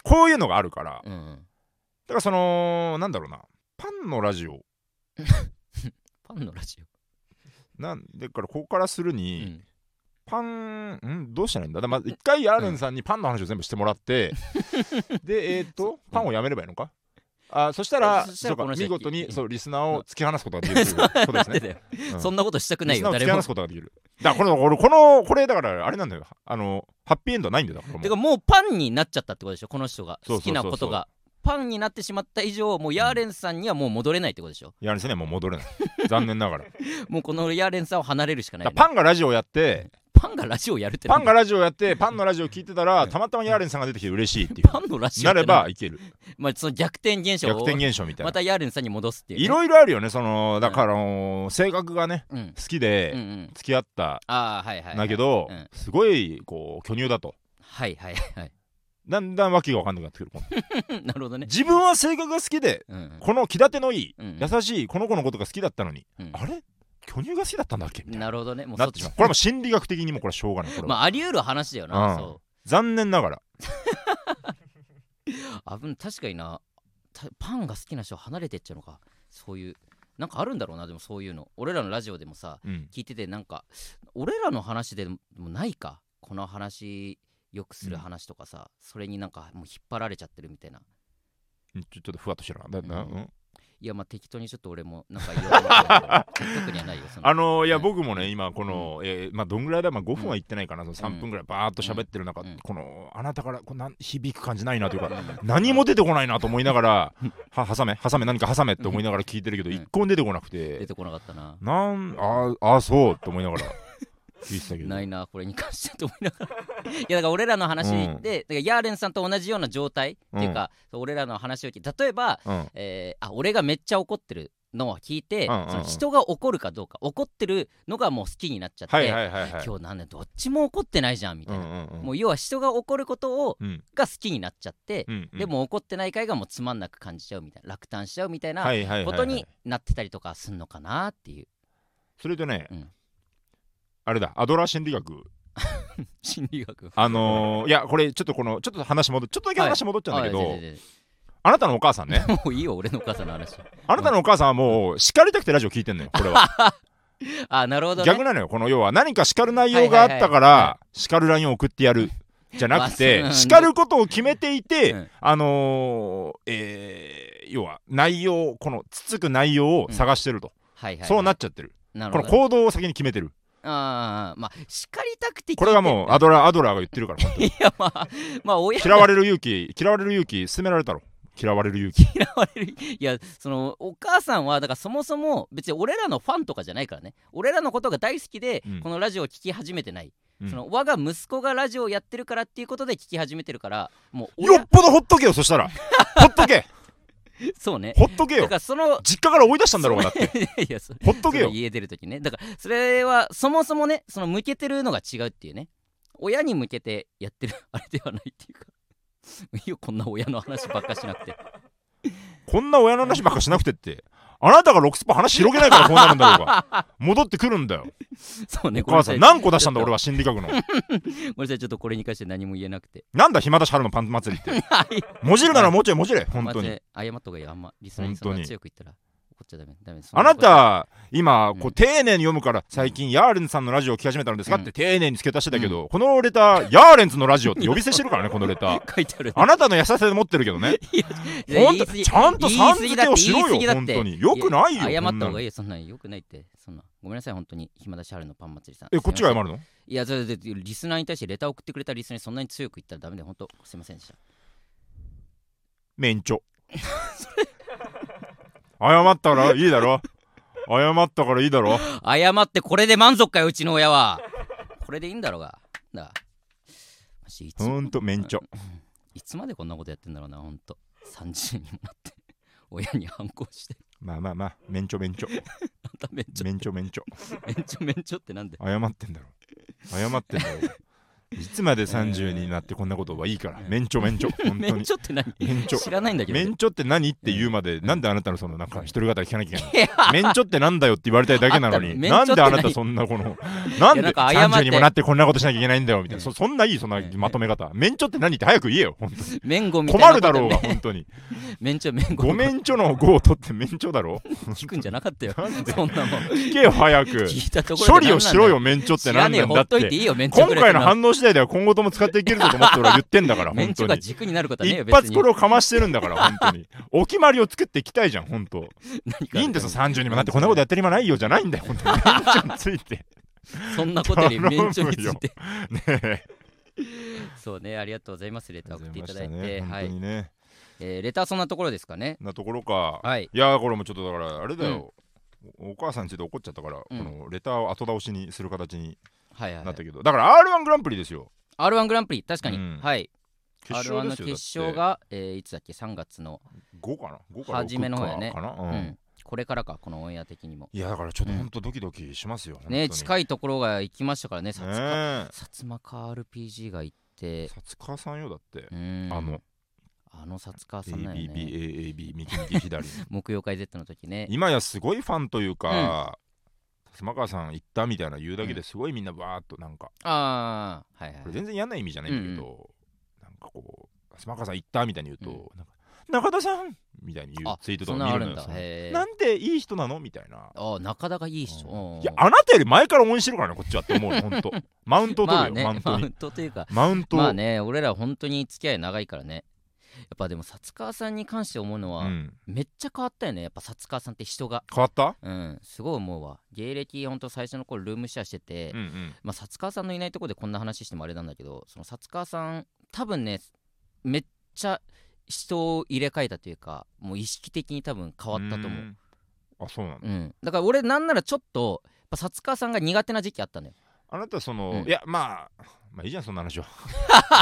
[SPEAKER 2] こういうのがあるからだ
[SPEAKER 1] うんうん。
[SPEAKER 2] からそのなんだろうなパンのラジオ
[SPEAKER 1] パンのラジ
[SPEAKER 2] なんでからここからする
[SPEAKER 1] オ。う
[SPEAKER 2] に、
[SPEAKER 1] ん。
[SPEAKER 2] パンんどうしたらいいんだだからまず一回アーレンさんにパンの話を全部してもら って、でえっ、とパンをやめればいいのかあそしたら
[SPEAKER 1] そしたら
[SPEAKER 2] そうか
[SPEAKER 1] この人
[SPEAKER 2] 見事
[SPEAKER 1] う
[SPEAKER 2] に
[SPEAKER 1] ん
[SPEAKER 2] そうリスナーを突き放すことができるということで
[SPEAKER 1] なん
[SPEAKER 2] す
[SPEAKER 1] で
[SPEAKER 2] ね。
[SPEAKER 1] だよ、
[SPEAKER 2] うん
[SPEAKER 1] そんなことしたく な
[SPEAKER 2] リ
[SPEAKER 1] い
[SPEAKER 2] ス
[SPEAKER 1] よ
[SPEAKER 2] ナーを突
[SPEAKER 1] 誰
[SPEAKER 2] き
[SPEAKER 1] も
[SPEAKER 2] 放すことができる。だからこれこのこれだからあれなんだよあのハッピーエンドはないんだよだからもう
[SPEAKER 1] てかもうパンになっちゃったってことでしょこの人が
[SPEAKER 2] そ
[SPEAKER 1] 好
[SPEAKER 2] うそうそ
[SPEAKER 1] き
[SPEAKER 2] うそ
[SPEAKER 1] な
[SPEAKER 2] う
[SPEAKER 1] ことがパンになってしまった以上もうヤーレンさんにはもう戻れないってことでしょ
[SPEAKER 2] いやですねもう戻れ ない残念ながらだか
[SPEAKER 1] もうこのヤーレンさんを離れるしかない
[SPEAKER 2] ら
[SPEAKER 1] ね、
[SPEAKER 2] パンがラジオやって
[SPEAKER 1] パンがラジオやるってな
[SPEAKER 2] パ
[SPEAKER 1] ん
[SPEAKER 2] ン
[SPEAKER 1] だ
[SPEAKER 2] がラジオやってパンのラジオ聞いてたらたまたまヤーレンさんが出てきて嬉しいってい
[SPEAKER 1] パンのラ
[SPEAKER 2] う
[SPEAKER 1] ジオ
[SPEAKER 2] な
[SPEAKER 1] って
[SPEAKER 2] れ
[SPEAKER 1] んだ
[SPEAKER 2] ばいける
[SPEAKER 1] まあ、その逆転現象を
[SPEAKER 2] 逆転現象みたい
[SPEAKER 1] ま
[SPEAKER 2] な
[SPEAKER 1] たヤーレンさんに戻すっていう、ね、
[SPEAKER 2] いろいろあるよねそのだからあのー性格がね
[SPEAKER 1] うん
[SPEAKER 2] 好き
[SPEAKER 1] うんう
[SPEAKER 2] で
[SPEAKER 1] ん
[SPEAKER 2] 付き合った
[SPEAKER 1] ああはいはい、はい、
[SPEAKER 2] んだけど
[SPEAKER 1] うん
[SPEAKER 2] すごいこう巨乳だと
[SPEAKER 1] はいはいはい
[SPEAKER 2] だんだん訳が分かんなくなってくる
[SPEAKER 1] なるほどね
[SPEAKER 2] 自分は性格が好きで
[SPEAKER 1] うんうん
[SPEAKER 2] この気立てのいい
[SPEAKER 1] うんうん
[SPEAKER 2] 優しいこの子のことが好きだったのに
[SPEAKER 1] うん
[SPEAKER 2] あれ巨乳が好きだったんだっけみたいな
[SPEAKER 1] なるほどねもう
[SPEAKER 2] な
[SPEAKER 1] そ
[SPEAKER 2] っ
[SPEAKER 1] ってち
[SPEAKER 2] しまうこれはもう心理学的にもこれはしょうがないこれ
[SPEAKER 1] ま
[SPEAKER 2] は
[SPEAKER 1] ああり得る話だよな、
[SPEAKER 2] うん
[SPEAKER 1] そ
[SPEAKER 2] 残念ながら
[SPEAKER 1] うあぶん確かになたパンが好きな人は離れてっちゃうのかそういうなんかあるんだろうなでもそういうの俺らのラジオでもさ
[SPEAKER 2] うん
[SPEAKER 1] 聞いててなんか俺らの話でもないかこの話よくする
[SPEAKER 2] うん
[SPEAKER 1] 話とかさ、それになんかもう引っ張られちゃってるみたいな
[SPEAKER 2] ちょちょっとふわっとしてるなだな
[SPEAKER 1] うん
[SPEAKER 2] うん
[SPEAKER 1] いやまあ適当にちょっと俺もなんか言おうと思ったけど特にはないよその
[SPEAKER 2] あのーいや
[SPEAKER 1] うん
[SPEAKER 2] 僕もね今この、えーまあどんぐらいだまあ5分は行ってないかな、その
[SPEAKER 1] うん
[SPEAKER 2] 3分ぐらいバーっと喋ってる中、
[SPEAKER 1] うん
[SPEAKER 2] このあなたからこうなん響く感じないなというか、
[SPEAKER 1] うん
[SPEAKER 2] 何も出てこないなと思いながらは挟め挟め何か挟めって思いながら聞いてるけど
[SPEAKER 1] うん
[SPEAKER 2] 一個も出てこなく
[SPEAKER 1] 出
[SPEAKER 2] て、
[SPEAKER 1] てこなかったな
[SPEAKER 2] なんあーあーそうと思いなが ら聞いてたけど
[SPEAKER 1] ないなこれに関してと思いながらいやだから俺らの話で、
[SPEAKER 2] うん
[SPEAKER 1] だからヤーレンさんと同じような状態っていうか、俺らの話を聞いて例えば、
[SPEAKER 2] うん
[SPEAKER 1] えーあ俺がめっちゃ怒ってるのを聞いて、
[SPEAKER 2] うんうんうん
[SPEAKER 1] その人が怒るかどうか怒ってるのがもう好きになっちゃって、
[SPEAKER 2] はいはいはいはい
[SPEAKER 1] 今日なんだどっちも怒ってないじゃんみた
[SPEAKER 2] う
[SPEAKER 1] い
[SPEAKER 2] ん
[SPEAKER 1] な、
[SPEAKER 2] うんうん
[SPEAKER 1] もう要は人が怒ることを
[SPEAKER 2] うん
[SPEAKER 1] が好きになっちゃって、
[SPEAKER 2] うんうん
[SPEAKER 1] でも怒ってない回がもうつまんなく感じちゃうみたいな落胆しちゃうみたい
[SPEAKER 2] は
[SPEAKER 1] ない
[SPEAKER 2] はいはいはい
[SPEAKER 1] ことになってたりとかすんのかなっていう
[SPEAKER 2] それとね、
[SPEAKER 1] うん
[SPEAKER 2] あれだアドラー心理学
[SPEAKER 1] 心理学
[SPEAKER 2] あのーいやこれちょっとこのちょっと話戻っちょっとだけ話戻っちゃうんだけど、
[SPEAKER 1] あ全然全然
[SPEAKER 2] あなたのお母さん ね
[SPEAKER 1] もういいよ俺のお母さんの 話
[SPEAKER 2] あなたのお母さんはもう叱りたくてラジオ聞いてんのよ これは
[SPEAKER 1] あなるほど、ね、
[SPEAKER 2] 逆なのよこの要は何か叱る内容があった
[SPEAKER 1] はいは
[SPEAKER 2] から、
[SPEAKER 1] いは
[SPEAKER 2] 叱る LINE を送ってやるじゃなくて、
[SPEAKER 1] まあそう
[SPEAKER 2] 叱ることを決めていて、
[SPEAKER 1] うん
[SPEAKER 2] あのーえー要は内容このつつく内容を探してると、
[SPEAKER 1] はいはいはい、
[SPEAKER 2] そうなっちゃってる、
[SPEAKER 1] なる
[SPEAKER 2] こ
[SPEAKER 1] ほ
[SPEAKER 2] の
[SPEAKER 1] ど
[SPEAKER 2] 行動を先に決めてる
[SPEAKER 1] あーまあ叱りたくて聞いて
[SPEAKER 2] これがも うアドラーアドラーが言ってるから本当に
[SPEAKER 1] いやまあまあ親が
[SPEAKER 2] 嫌われる勇気嫌われる勇気勧められたろ嫌われる勇気
[SPEAKER 1] 嫌われるい やそのお母さんはだからそもそも別に俺らのファンとかじゃないからね俺らのことが大好きで、
[SPEAKER 2] うん
[SPEAKER 1] このラジオを聞き始めてない、
[SPEAKER 2] うん
[SPEAKER 1] その我が息子がラジオをやってるからっていうことで聞き始めてるからもう
[SPEAKER 2] よ
[SPEAKER 1] 親
[SPEAKER 2] っぽどほっとけよそしたらほっとけ
[SPEAKER 1] そうね
[SPEAKER 2] ほっとけ
[SPEAKER 1] だ
[SPEAKER 2] よ
[SPEAKER 1] からそ の
[SPEAKER 2] 実家から追い出したんだろうがなって
[SPEAKER 1] いやいやそ
[SPEAKER 2] ほっとけ
[SPEAKER 1] その
[SPEAKER 2] よ
[SPEAKER 1] 家出る時ねだからそれはそもそもねその向けてるのが違うっていうね親に向けてやってる あれではないっていうかいいよこんな親の話ばっかしなくて
[SPEAKER 2] こんな親の話ばっかしなくてってあなたがロックスパ話広げないからこうなるんだ ろうが戻ってくるんだよ
[SPEAKER 1] そうね
[SPEAKER 2] お母さん
[SPEAKER 1] ごめ
[SPEAKER 2] 何個出したんだ俺は心理学の
[SPEAKER 1] んなさいちょっとこれに関して何も言えなくて
[SPEAKER 2] なんだ暇だし春のパン祭りって
[SPEAKER 1] はい
[SPEAKER 2] もじるならもうちょいもじれ本当
[SPEAKER 1] ま
[SPEAKER 2] に
[SPEAKER 1] ず謝った方がいいよあんまリスナーにそん
[SPEAKER 2] 本当
[SPEAKER 1] な
[SPEAKER 2] に
[SPEAKER 1] 強く言ったら怒っちゃダメダメそん
[SPEAKER 2] あ
[SPEAKER 1] な
[SPEAKER 2] な
[SPEAKER 1] ことは
[SPEAKER 2] た今こう丁寧に読むから最近ヤーレンズさんのラジオを聞き始めたんですか
[SPEAKER 1] うん
[SPEAKER 2] って丁寧に付け足してたけどこのレターヤーレンズのラジオって呼び捨てして るからねこのレター
[SPEAKER 1] 書いてある
[SPEAKER 2] あなたの優しさで持ってるけどね
[SPEAKER 1] 言
[SPEAKER 2] ほん
[SPEAKER 1] い
[SPEAKER 2] と
[SPEAKER 1] 過ぎ
[SPEAKER 2] ちゃんとさん付けをしろ
[SPEAKER 1] 言い過ぎだ
[SPEAKER 2] よ、
[SPEAKER 1] って
[SPEAKER 2] 本当
[SPEAKER 1] 言い過ぎだって
[SPEAKER 2] に。よくないよ。
[SPEAKER 1] 謝った方がいい
[SPEAKER 2] い
[SPEAKER 1] よそんなんよくないってそんなごめんなさい本当に暇だし春のパン祭りさん
[SPEAKER 2] え、こっちが謝るの
[SPEAKER 1] いや、それでリスナーに対してレター送ってくれたリスナーにそんなに強く言ったらダメで、本当すいませんでした。
[SPEAKER 2] 免許。謝ったからいいだろ。謝ったからいいだろ。
[SPEAKER 1] 謝ってこれで満足かよ、うちの親は。これでいいんだろうが。なんだ。マジいつ
[SPEAKER 2] ほんと免許。
[SPEAKER 1] いつまでこんなことやってんだろうな、本当30にもなって。親に反抗して。
[SPEAKER 2] まあまあまあ、免許免許。
[SPEAKER 1] あんためんちょ、
[SPEAKER 2] 免許免許。
[SPEAKER 1] めんちょ、めんちょってなんで。
[SPEAKER 2] 謝ってんだろ。謝ってんだろ。いつまで30になってこんなことはいいから、免許免許、本当
[SPEAKER 1] 免
[SPEAKER 2] に。
[SPEAKER 1] 許って何
[SPEAKER 2] 免許
[SPEAKER 1] 知らないんだけど
[SPEAKER 2] 免許って何って言うまで、なんであなたのそのなんか一人語り聞かなきゃいけないの
[SPEAKER 1] いや
[SPEAKER 2] 免許ってなんだよって言われたいだけなの
[SPEAKER 1] あっ
[SPEAKER 2] に、
[SPEAKER 1] た免許
[SPEAKER 2] な
[SPEAKER 1] っ
[SPEAKER 2] ん
[SPEAKER 1] て
[SPEAKER 2] であなた
[SPEAKER 1] 何
[SPEAKER 2] そんなこの、なん
[SPEAKER 1] いやな
[SPEAKER 2] で
[SPEAKER 1] んか謝って
[SPEAKER 2] 30にもなってこんなことしなきゃいけないんだよみた
[SPEAKER 1] え
[SPEAKER 2] い
[SPEAKER 1] え
[SPEAKER 2] な、そそんないい、そんな
[SPEAKER 1] ええ
[SPEAKER 2] まとめ方。免許って何って早く言えよ、本当に
[SPEAKER 1] 免護みたいな
[SPEAKER 2] 困
[SPEAKER 1] こと
[SPEAKER 2] るだろうが、本当に。
[SPEAKER 1] 免許免護
[SPEAKER 2] ご免許の5を取って免許だろ。
[SPEAKER 1] 聞くんじゃなかったよ
[SPEAKER 2] なんで
[SPEAKER 1] そんなもん
[SPEAKER 2] 聞けよ、早 く。
[SPEAKER 1] 聞いたところで
[SPEAKER 2] 処理をしろよ、
[SPEAKER 1] 何
[SPEAKER 2] 免許って
[SPEAKER 1] なんだよ知らねえよ
[SPEAKER 2] 何なん
[SPEAKER 1] ほ
[SPEAKER 2] だっ
[SPEAKER 1] っといて
[SPEAKER 2] て。
[SPEAKER 1] いいよ免許
[SPEAKER 2] 今
[SPEAKER 1] ぐらい
[SPEAKER 2] 回
[SPEAKER 1] そ
[SPEAKER 2] の
[SPEAKER 1] んな
[SPEAKER 2] 反応次第では今後とも使っていけるぞと思って俺は言ってんだから、
[SPEAKER 1] 免
[SPEAKER 2] 本当
[SPEAKER 1] 許が
[SPEAKER 2] に。
[SPEAKER 1] 軸になることはねえよ
[SPEAKER 2] 一
[SPEAKER 1] 別
[SPEAKER 2] 発
[SPEAKER 1] に
[SPEAKER 2] これをかましてるんだから、本 当に。お決まりを作っていきたいじゃん、本当。
[SPEAKER 1] 何か
[SPEAKER 2] いいんですよ、30にもなってこんなことやってる暇ないよじゃないんだよ、本当に。免許について。
[SPEAKER 1] そんなことより免許について
[SPEAKER 2] ねえ。
[SPEAKER 1] そうねありがとうございますレター送っていただいて、
[SPEAKER 2] ありがとうござま
[SPEAKER 1] は
[SPEAKER 2] したね本当
[SPEAKER 1] い
[SPEAKER 2] にね。
[SPEAKER 1] えーレターそんなところですかね
[SPEAKER 2] なところか。
[SPEAKER 1] はい
[SPEAKER 2] いやーこれもちょっとだからあれだよ。おお母さんちで怒っちゃったから、こ
[SPEAKER 1] うん
[SPEAKER 2] のレターを後倒しにする形に
[SPEAKER 1] はいはい、は
[SPEAKER 2] なっ
[SPEAKER 1] い
[SPEAKER 2] た、けど、だから R1 グランプリですよ。
[SPEAKER 1] R1 グランプリ確かに、
[SPEAKER 2] うん
[SPEAKER 1] はい
[SPEAKER 2] 決勝
[SPEAKER 1] R1
[SPEAKER 2] で
[SPEAKER 1] の
[SPEAKER 2] すよ。
[SPEAKER 1] 決勝が、えーいつだっけ3月の、
[SPEAKER 2] 5かな5か
[SPEAKER 1] 初めの方やね
[SPEAKER 2] 6かな、う
[SPEAKER 1] うんんこれからかこのオンエア的にも
[SPEAKER 2] いやだからちょっと
[SPEAKER 1] うん
[SPEAKER 2] ほんとドキドキしますよ、本当
[SPEAKER 1] ね
[SPEAKER 2] に
[SPEAKER 1] 近いところが行きましたからね
[SPEAKER 2] ね
[SPEAKER 1] 薩
[SPEAKER 2] え
[SPEAKER 1] 摩、薩摩川 RPG が行って
[SPEAKER 2] さつかさんよだって、
[SPEAKER 1] うん
[SPEAKER 2] あの
[SPEAKER 1] あの薩川さんだよね
[SPEAKER 2] ABBAAB 右右左
[SPEAKER 1] 木曜会 Z の時ね
[SPEAKER 2] 今やすごいファンというか、妻川さん行ったみたいな言うだけですごいみんなバーっとなんか、
[SPEAKER 1] ああはいはい
[SPEAKER 2] これ全然嫌な意味じゃないんだけど、なんかこう妻川さん行ったみたいに言うと、なんか中田さんみたいに言う
[SPEAKER 1] あ
[SPEAKER 2] ツイートと
[SPEAKER 1] そん
[SPEAKER 2] か
[SPEAKER 1] な
[SPEAKER 2] 見
[SPEAKER 1] んあ
[SPEAKER 2] る
[SPEAKER 1] る
[SPEAKER 2] の
[SPEAKER 1] んだ
[SPEAKER 2] よその
[SPEAKER 1] へえ
[SPEAKER 2] なんでいい人なのみたいな
[SPEAKER 1] あー中田がいい人、
[SPEAKER 2] いやあなたより前から応援してるからねこっちはって思うよ 本当マウントを取
[SPEAKER 1] ま
[SPEAKER 2] る
[SPEAKER 1] あ
[SPEAKER 2] よ、
[SPEAKER 1] ね
[SPEAKER 2] マウント
[SPEAKER 1] マ
[SPEAKER 2] に
[SPEAKER 1] ウントというか
[SPEAKER 2] マウントを
[SPEAKER 1] まあね俺ら本当に付き合い長いからねやっぱでも薩川さんに関して思うのは、
[SPEAKER 2] うん、
[SPEAKER 1] めっちゃ変わったよねやっぱ薩川さんって人が
[SPEAKER 2] 変わった、
[SPEAKER 1] うんすごい思うわ芸歴ほんと最初の頃ルームシェアしてて、
[SPEAKER 2] うんうん、
[SPEAKER 1] まあ薩川さんのいないとこでこんな話してもあれなんだけどその薩川さん多分ねめっちゃ人を入れ替えたというかもう意識的に多分変わったと思う
[SPEAKER 2] ーんあそうなんだ、
[SPEAKER 1] うん、だから俺なんならちょっとやっぱ薩川さんが苦手な時期あったのよ
[SPEAKER 2] あなたその、
[SPEAKER 1] うん
[SPEAKER 2] いやまあまあいいじゃんそんな 話は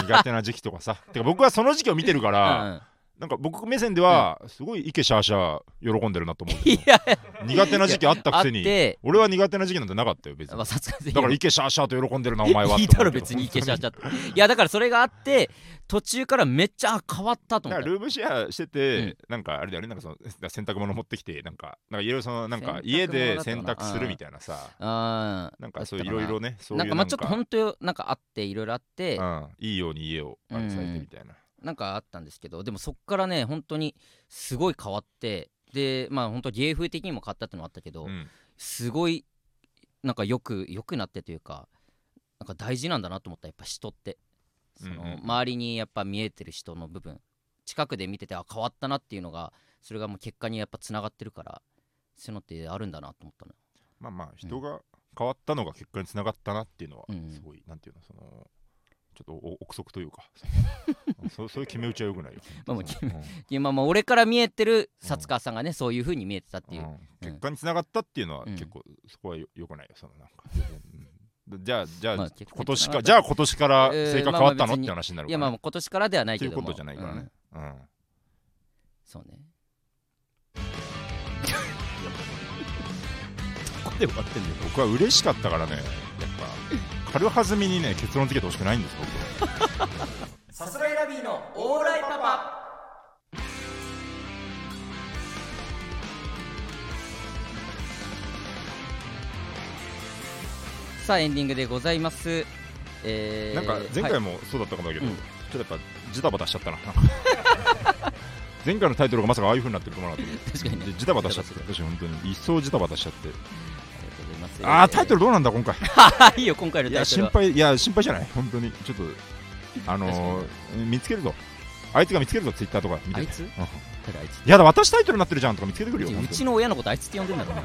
[SPEAKER 2] 苦手な時期とかさてか僕はその時期を見てるか
[SPEAKER 1] う
[SPEAKER 2] ら、
[SPEAKER 1] んうん
[SPEAKER 2] なんか僕目線ではすごいイケシャーシャー喜んでるなと思う
[SPEAKER 1] いや
[SPEAKER 2] 苦手な時期あった
[SPEAKER 1] あ
[SPEAKER 2] く
[SPEAKER 1] っ
[SPEAKER 2] せに
[SPEAKER 1] て、
[SPEAKER 2] 俺は苦手な時期なんてなかったよ別
[SPEAKER 1] まあ、
[SPEAKER 2] に
[SPEAKER 1] 薩川さん
[SPEAKER 2] だからイケシャーシャーと喜んでるなお前は
[SPEAKER 1] 聞い
[SPEAKER 2] って
[SPEAKER 1] たろ
[SPEAKER 2] 思うけど
[SPEAKER 1] 別にイケシャしちゃっ ていやだからそれがあって途中からめっちゃあ変わったと
[SPEAKER 2] だ
[SPEAKER 1] 思っ
[SPEAKER 2] から
[SPEAKER 1] た
[SPEAKER 2] ルームシェアしてて、
[SPEAKER 1] うん
[SPEAKER 2] なんかあれだよねなんかそのだから洗濯物持ってきてなんかなんかいろいろそのなん
[SPEAKER 1] 洗濯
[SPEAKER 2] か
[SPEAKER 1] 物
[SPEAKER 2] 家で
[SPEAKER 1] だったか
[SPEAKER 2] 洗
[SPEAKER 1] な
[SPEAKER 2] 濯するみたいなさ
[SPEAKER 1] あー
[SPEAKER 2] なんかそういういろいろねそういう
[SPEAKER 1] なんかまあちょっと本当なんかあっていろいろあって、
[SPEAKER 2] うん、いいように家をあれされてみたいな、
[SPEAKER 1] なんかあったんですけどでもそっからね本当にすごい変わってでまあ本当芸風的にも変わったってのもあったけど、
[SPEAKER 2] うん
[SPEAKER 1] すごいなんかよくよくなってというかなんか大事なんだなと思ったやっぱ人ってその、
[SPEAKER 2] うんうんうん
[SPEAKER 1] 周りにやっぱ見えてる人の部分近くで見ててあ変わったなっていうのがそれがもう結果にやっぱつながってるからそういうのってあるんだなと思ったの
[SPEAKER 2] まあまあ人が変わったのが結果につながったなっていうのは
[SPEAKER 1] うん
[SPEAKER 2] すごい、なんていうのそのちょっとお憶測 というかそうそういう決め打ちはよくないよ。
[SPEAKER 1] まあまあ
[SPEAKER 2] そのうん
[SPEAKER 1] いやまあまあ俺から見えてる薩川さんがね、そういう風に見えてたっていう、
[SPEAKER 2] うん結果につながったっていうのは
[SPEAKER 1] うん
[SPEAKER 2] 結構そこはよよくないよそのなんか。うんじゃあじゃあ、
[SPEAKER 1] まあ結果
[SPEAKER 2] 今
[SPEAKER 1] に
[SPEAKER 2] 年
[SPEAKER 1] つなが
[SPEAKER 2] か
[SPEAKER 1] った
[SPEAKER 2] じゃあ今年から
[SPEAKER 1] えー
[SPEAKER 2] 性格
[SPEAKER 1] まあ
[SPEAKER 2] 変
[SPEAKER 1] まあ
[SPEAKER 2] わったの、
[SPEAKER 1] 別に
[SPEAKER 2] って話になる
[SPEAKER 1] い
[SPEAKER 2] か
[SPEAKER 1] や
[SPEAKER 2] ら、
[SPEAKER 1] まあもう今年からではないけ
[SPEAKER 2] という
[SPEAKER 1] ども
[SPEAKER 2] ことじゃないから
[SPEAKER 1] う
[SPEAKER 2] ね
[SPEAKER 1] ん。
[SPEAKER 2] うん
[SPEAKER 1] そうね
[SPEAKER 2] ここで終わってんだよ僕は嬉しかったからねやっぱ軽はずみにね結論つけてほしくないんです僕は。
[SPEAKER 1] さすらいラビーのオーライパパさあエンディングでございます、えー
[SPEAKER 2] なんか前
[SPEAKER 1] は
[SPEAKER 2] 回
[SPEAKER 1] い
[SPEAKER 2] もそうだったかもだけど、
[SPEAKER 1] うん
[SPEAKER 2] ちょっとやっぱジタバタしちゃったな。なん か前回のタイトルがまさかああいう風になってると思わなかっ た。
[SPEAKER 1] 確かにね
[SPEAKER 2] でジタバタしちゃって、私本当に一層ジタバタしちゃって。
[SPEAKER 1] ありがとうございます
[SPEAKER 2] ああタイト
[SPEAKER 1] ル
[SPEAKER 2] ルどうなんだ今回。
[SPEAKER 1] いいよ今回の
[SPEAKER 2] い
[SPEAKER 1] タ
[SPEAKER 2] や
[SPEAKER 1] イトル
[SPEAKER 2] 心
[SPEAKER 1] は
[SPEAKER 2] 配いや心配じゃない本当にちょっとあのー、見つけるぞ。あいつが見つけるぞツイッターとか見てて。
[SPEAKER 1] あいつ
[SPEAKER 2] うん
[SPEAKER 1] ただあいつ
[SPEAKER 2] やだ私タイトルになってるじゃんとか見つけてくるよ。
[SPEAKER 1] う
[SPEAKER 2] 本当
[SPEAKER 1] ち
[SPEAKER 2] に
[SPEAKER 1] の親のことあいつって呼んでんだから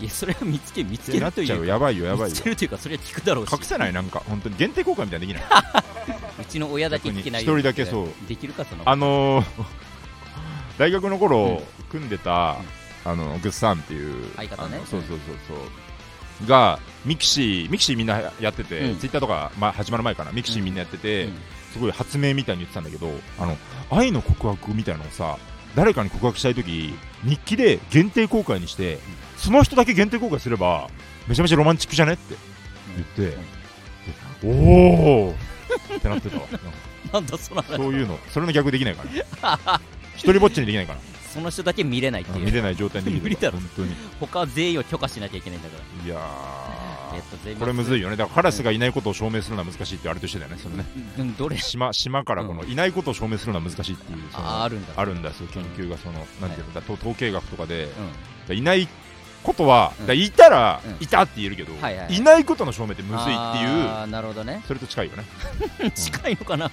[SPEAKER 1] いやそれは見つけ見つ
[SPEAKER 2] って
[SPEAKER 1] け
[SPEAKER 2] な
[SPEAKER 1] る
[SPEAKER 2] っ
[SPEAKER 1] と
[SPEAKER 2] ち
[SPEAKER 1] い
[SPEAKER 2] ゃう
[SPEAKER 1] う
[SPEAKER 2] やばいよやば
[SPEAKER 1] 見
[SPEAKER 2] いよ
[SPEAKER 1] つ。けるというかそれは聞くだろうし
[SPEAKER 2] 隠せないなんか本当に限定公開みたいなできない。
[SPEAKER 1] うちの親だけ聞けない
[SPEAKER 2] 逆に一人だけそう
[SPEAKER 1] できるかその
[SPEAKER 2] あのー 大学の頃、組んでた、あのグッサンっていう
[SPEAKER 1] 相方ね
[SPEAKER 2] あのそうそうそうそう、がミキシーミキシーみんなやってて、
[SPEAKER 1] うん
[SPEAKER 2] ツイッターとか、まあ、始まる前かなミキシーみんなやってて、
[SPEAKER 1] うん
[SPEAKER 2] すごい発明みたいに言ってたんだけどあの愛の告白みたいなのをさ誰かに告白したい時日記で限定公開にして、その人だけ限定公開すればめちゃめちゃロマンチックじゃねって言って、でおおってなってたわ
[SPEAKER 1] なんだその
[SPEAKER 2] うん
[SPEAKER 1] 話
[SPEAKER 2] そういうのそれの逆できないから一人ぼっちにできないから
[SPEAKER 1] その人だけ見れないって
[SPEAKER 2] う
[SPEAKER 1] い
[SPEAKER 2] ん見
[SPEAKER 1] う
[SPEAKER 2] れない状態にでき
[SPEAKER 1] 無理
[SPEAKER 2] る
[SPEAKER 1] だろ
[SPEAKER 2] 本当に
[SPEAKER 1] 他は全員を許可しなきゃいけないんだか
[SPEAKER 2] いや
[SPEAKER 1] らえっと全
[SPEAKER 2] ー
[SPEAKER 1] 員
[SPEAKER 2] これむずいよねだからカラスがいないことを証明するのは難しいってあれと一緒だよねそのね
[SPEAKER 1] うんどれ
[SPEAKER 2] 島島からこのいないことを証明するのは難しいっていうその
[SPEAKER 1] ああるんだ
[SPEAKER 2] あるんだそういう研究がそのなんていうのだ統統計学とかで
[SPEAKER 1] うん
[SPEAKER 2] いないことは
[SPEAKER 1] うん
[SPEAKER 2] だいたら
[SPEAKER 1] うん
[SPEAKER 2] いたって言えるけど
[SPEAKER 1] はいはいはい
[SPEAKER 2] いないことの証明ってむずいっていう
[SPEAKER 1] あーなるほどね
[SPEAKER 2] それと近いよね
[SPEAKER 1] 近いのかな
[SPEAKER 2] うん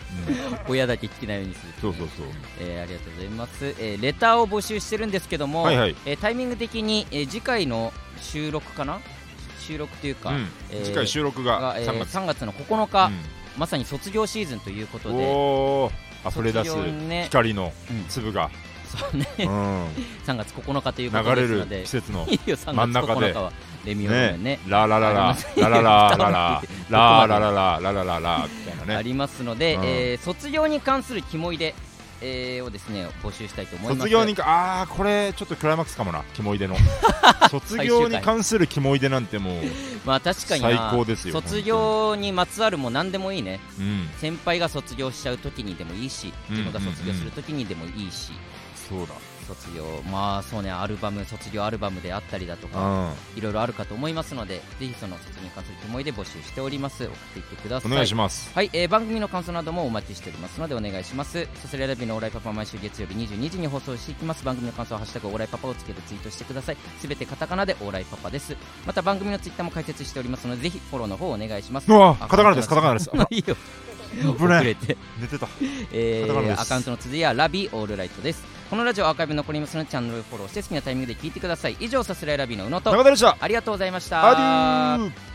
[SPEAKER 1] 親だけ聞きないようにする
[SPEAKER 2] そうそうそう
[SPEAKER 1] えーありがとうございます、えーレターを募集してるんですけども、
[SPEAKER 2] はいはい
[SPEAKER 1] えータイミング的に、えー次回の収録かな収録というか、
[SPEAKER 2] うん
[SPEAKER 1] えー
[SPEAKER 2] 次回収録
[SPEAKER 1] が
[SPEAKER 2] が
[SPEAKER 1] えー
[SPEAKER 2] 3月
[SPEAKER 1] 3月の9日、
[SPEAKER 2] う
[SPEAKER 1] まさに卒業シーズンということ
[SPEAKER 2] ん
[SPEAKER 1] で、
[SPEAKER 2] おお溢れ出す
[SPEAKER 1] 卒業ね
[SPEAKER 2] 光の
[SPEAKER 1] うん
[SPEAKER 2] 粒が
[SPEAKER 1] そうね、
[SPEAKER 2] うん
[SPEAKER 1] 3月9日ということで
[SPEAKER 2] 流れ
[SPEAKER 1] すの
[SPEAKER 2] る
[SPEAKER 1] で
[SPEAKER 2] 季、節 の
[SPEAKER 1] いいよ、3
[SPEAKER 2] 真ん
[SPEAKER 1] 月
[SPEAKER 2] 中で
[SPEAKER 1] 9日はレミオロメ
[SPEAKER 2] ね
[SPEAKER 1] ンね。
[SPEAKER 2] ララララララ ラララララララララララみたいな
[SPEAKER 1] あ
[SPEAKER 2] ね
[SPEAKER 1] りますので、
[SPEAKER 2] うん
[SPEAKER 1] えー卒業に関するキモいで、えーをですね募集したいと思います
[SPEAKER 2] 卒業にかああこれちょっとクライマックスかもなキモい での卒業に関するキモいでなんてもう
[SPEAKER 1] まあ確かにな
[SPEAKER 2] 最高ですよ
[SPEAKER 1] 卒業にまつわるも何でもいいね
[SPEAKER 2] うん
[SPEAKER 1] 先輩が卒業しちゃう時にでもいいし
[SPEAKER 2] うん
[SPEAKER 1] 自分が卒業する時にでもいいし、
[SPEAKER 2] そうだ
[SPEAKER 1] 卒業まあそうねアルバム卒業アルバムであったりだとか
[SPEAKER 2] うん
[SPEAKER 1] いろいろあるかと思いますのでぜひその卒業に関する思いで募集しております送っていってくださ
[SPEAKER 2] お
[SPEAKER 1] い
[SPEAKER 2] 願いします
[SPEAKER 1] はい、えー番組の感想などもお待ちしておりますのでお願いしますそすれラビのオーライパパは毎週月曜日22時に放送していきます番組の感想はハッシュタグオーライパパをつけてツイートしてくださいすべてカタカナでオーライパパですまた番組のツイッターも開設しておりますのでぜひフォローの方お願いします
[SPEAKER 2] うわカタカナですカタカナです
[SPEAKER 1] ナい いよ
[SPEAKER 2] 危ない
[SPEAKER 1] 遅れて
[SPEAKER 2] 寝てた
[SPEAKER 1] え
[SPEAKER 2] カタカナで
[SPEAKER 1] ー、
[SPEAKER 2] す
[SPEAKER 1] アカウントの続きはラビオールライトですこのラジオはアーカイブ残りますのでチャンネルフォローして好きなタイミングで聞いてください以上さすらいラビの宇野と
[SPEAKER 2] 中田でした
[SPEAKER 1] ありがとうございました
[SPEAKER 2] アデュー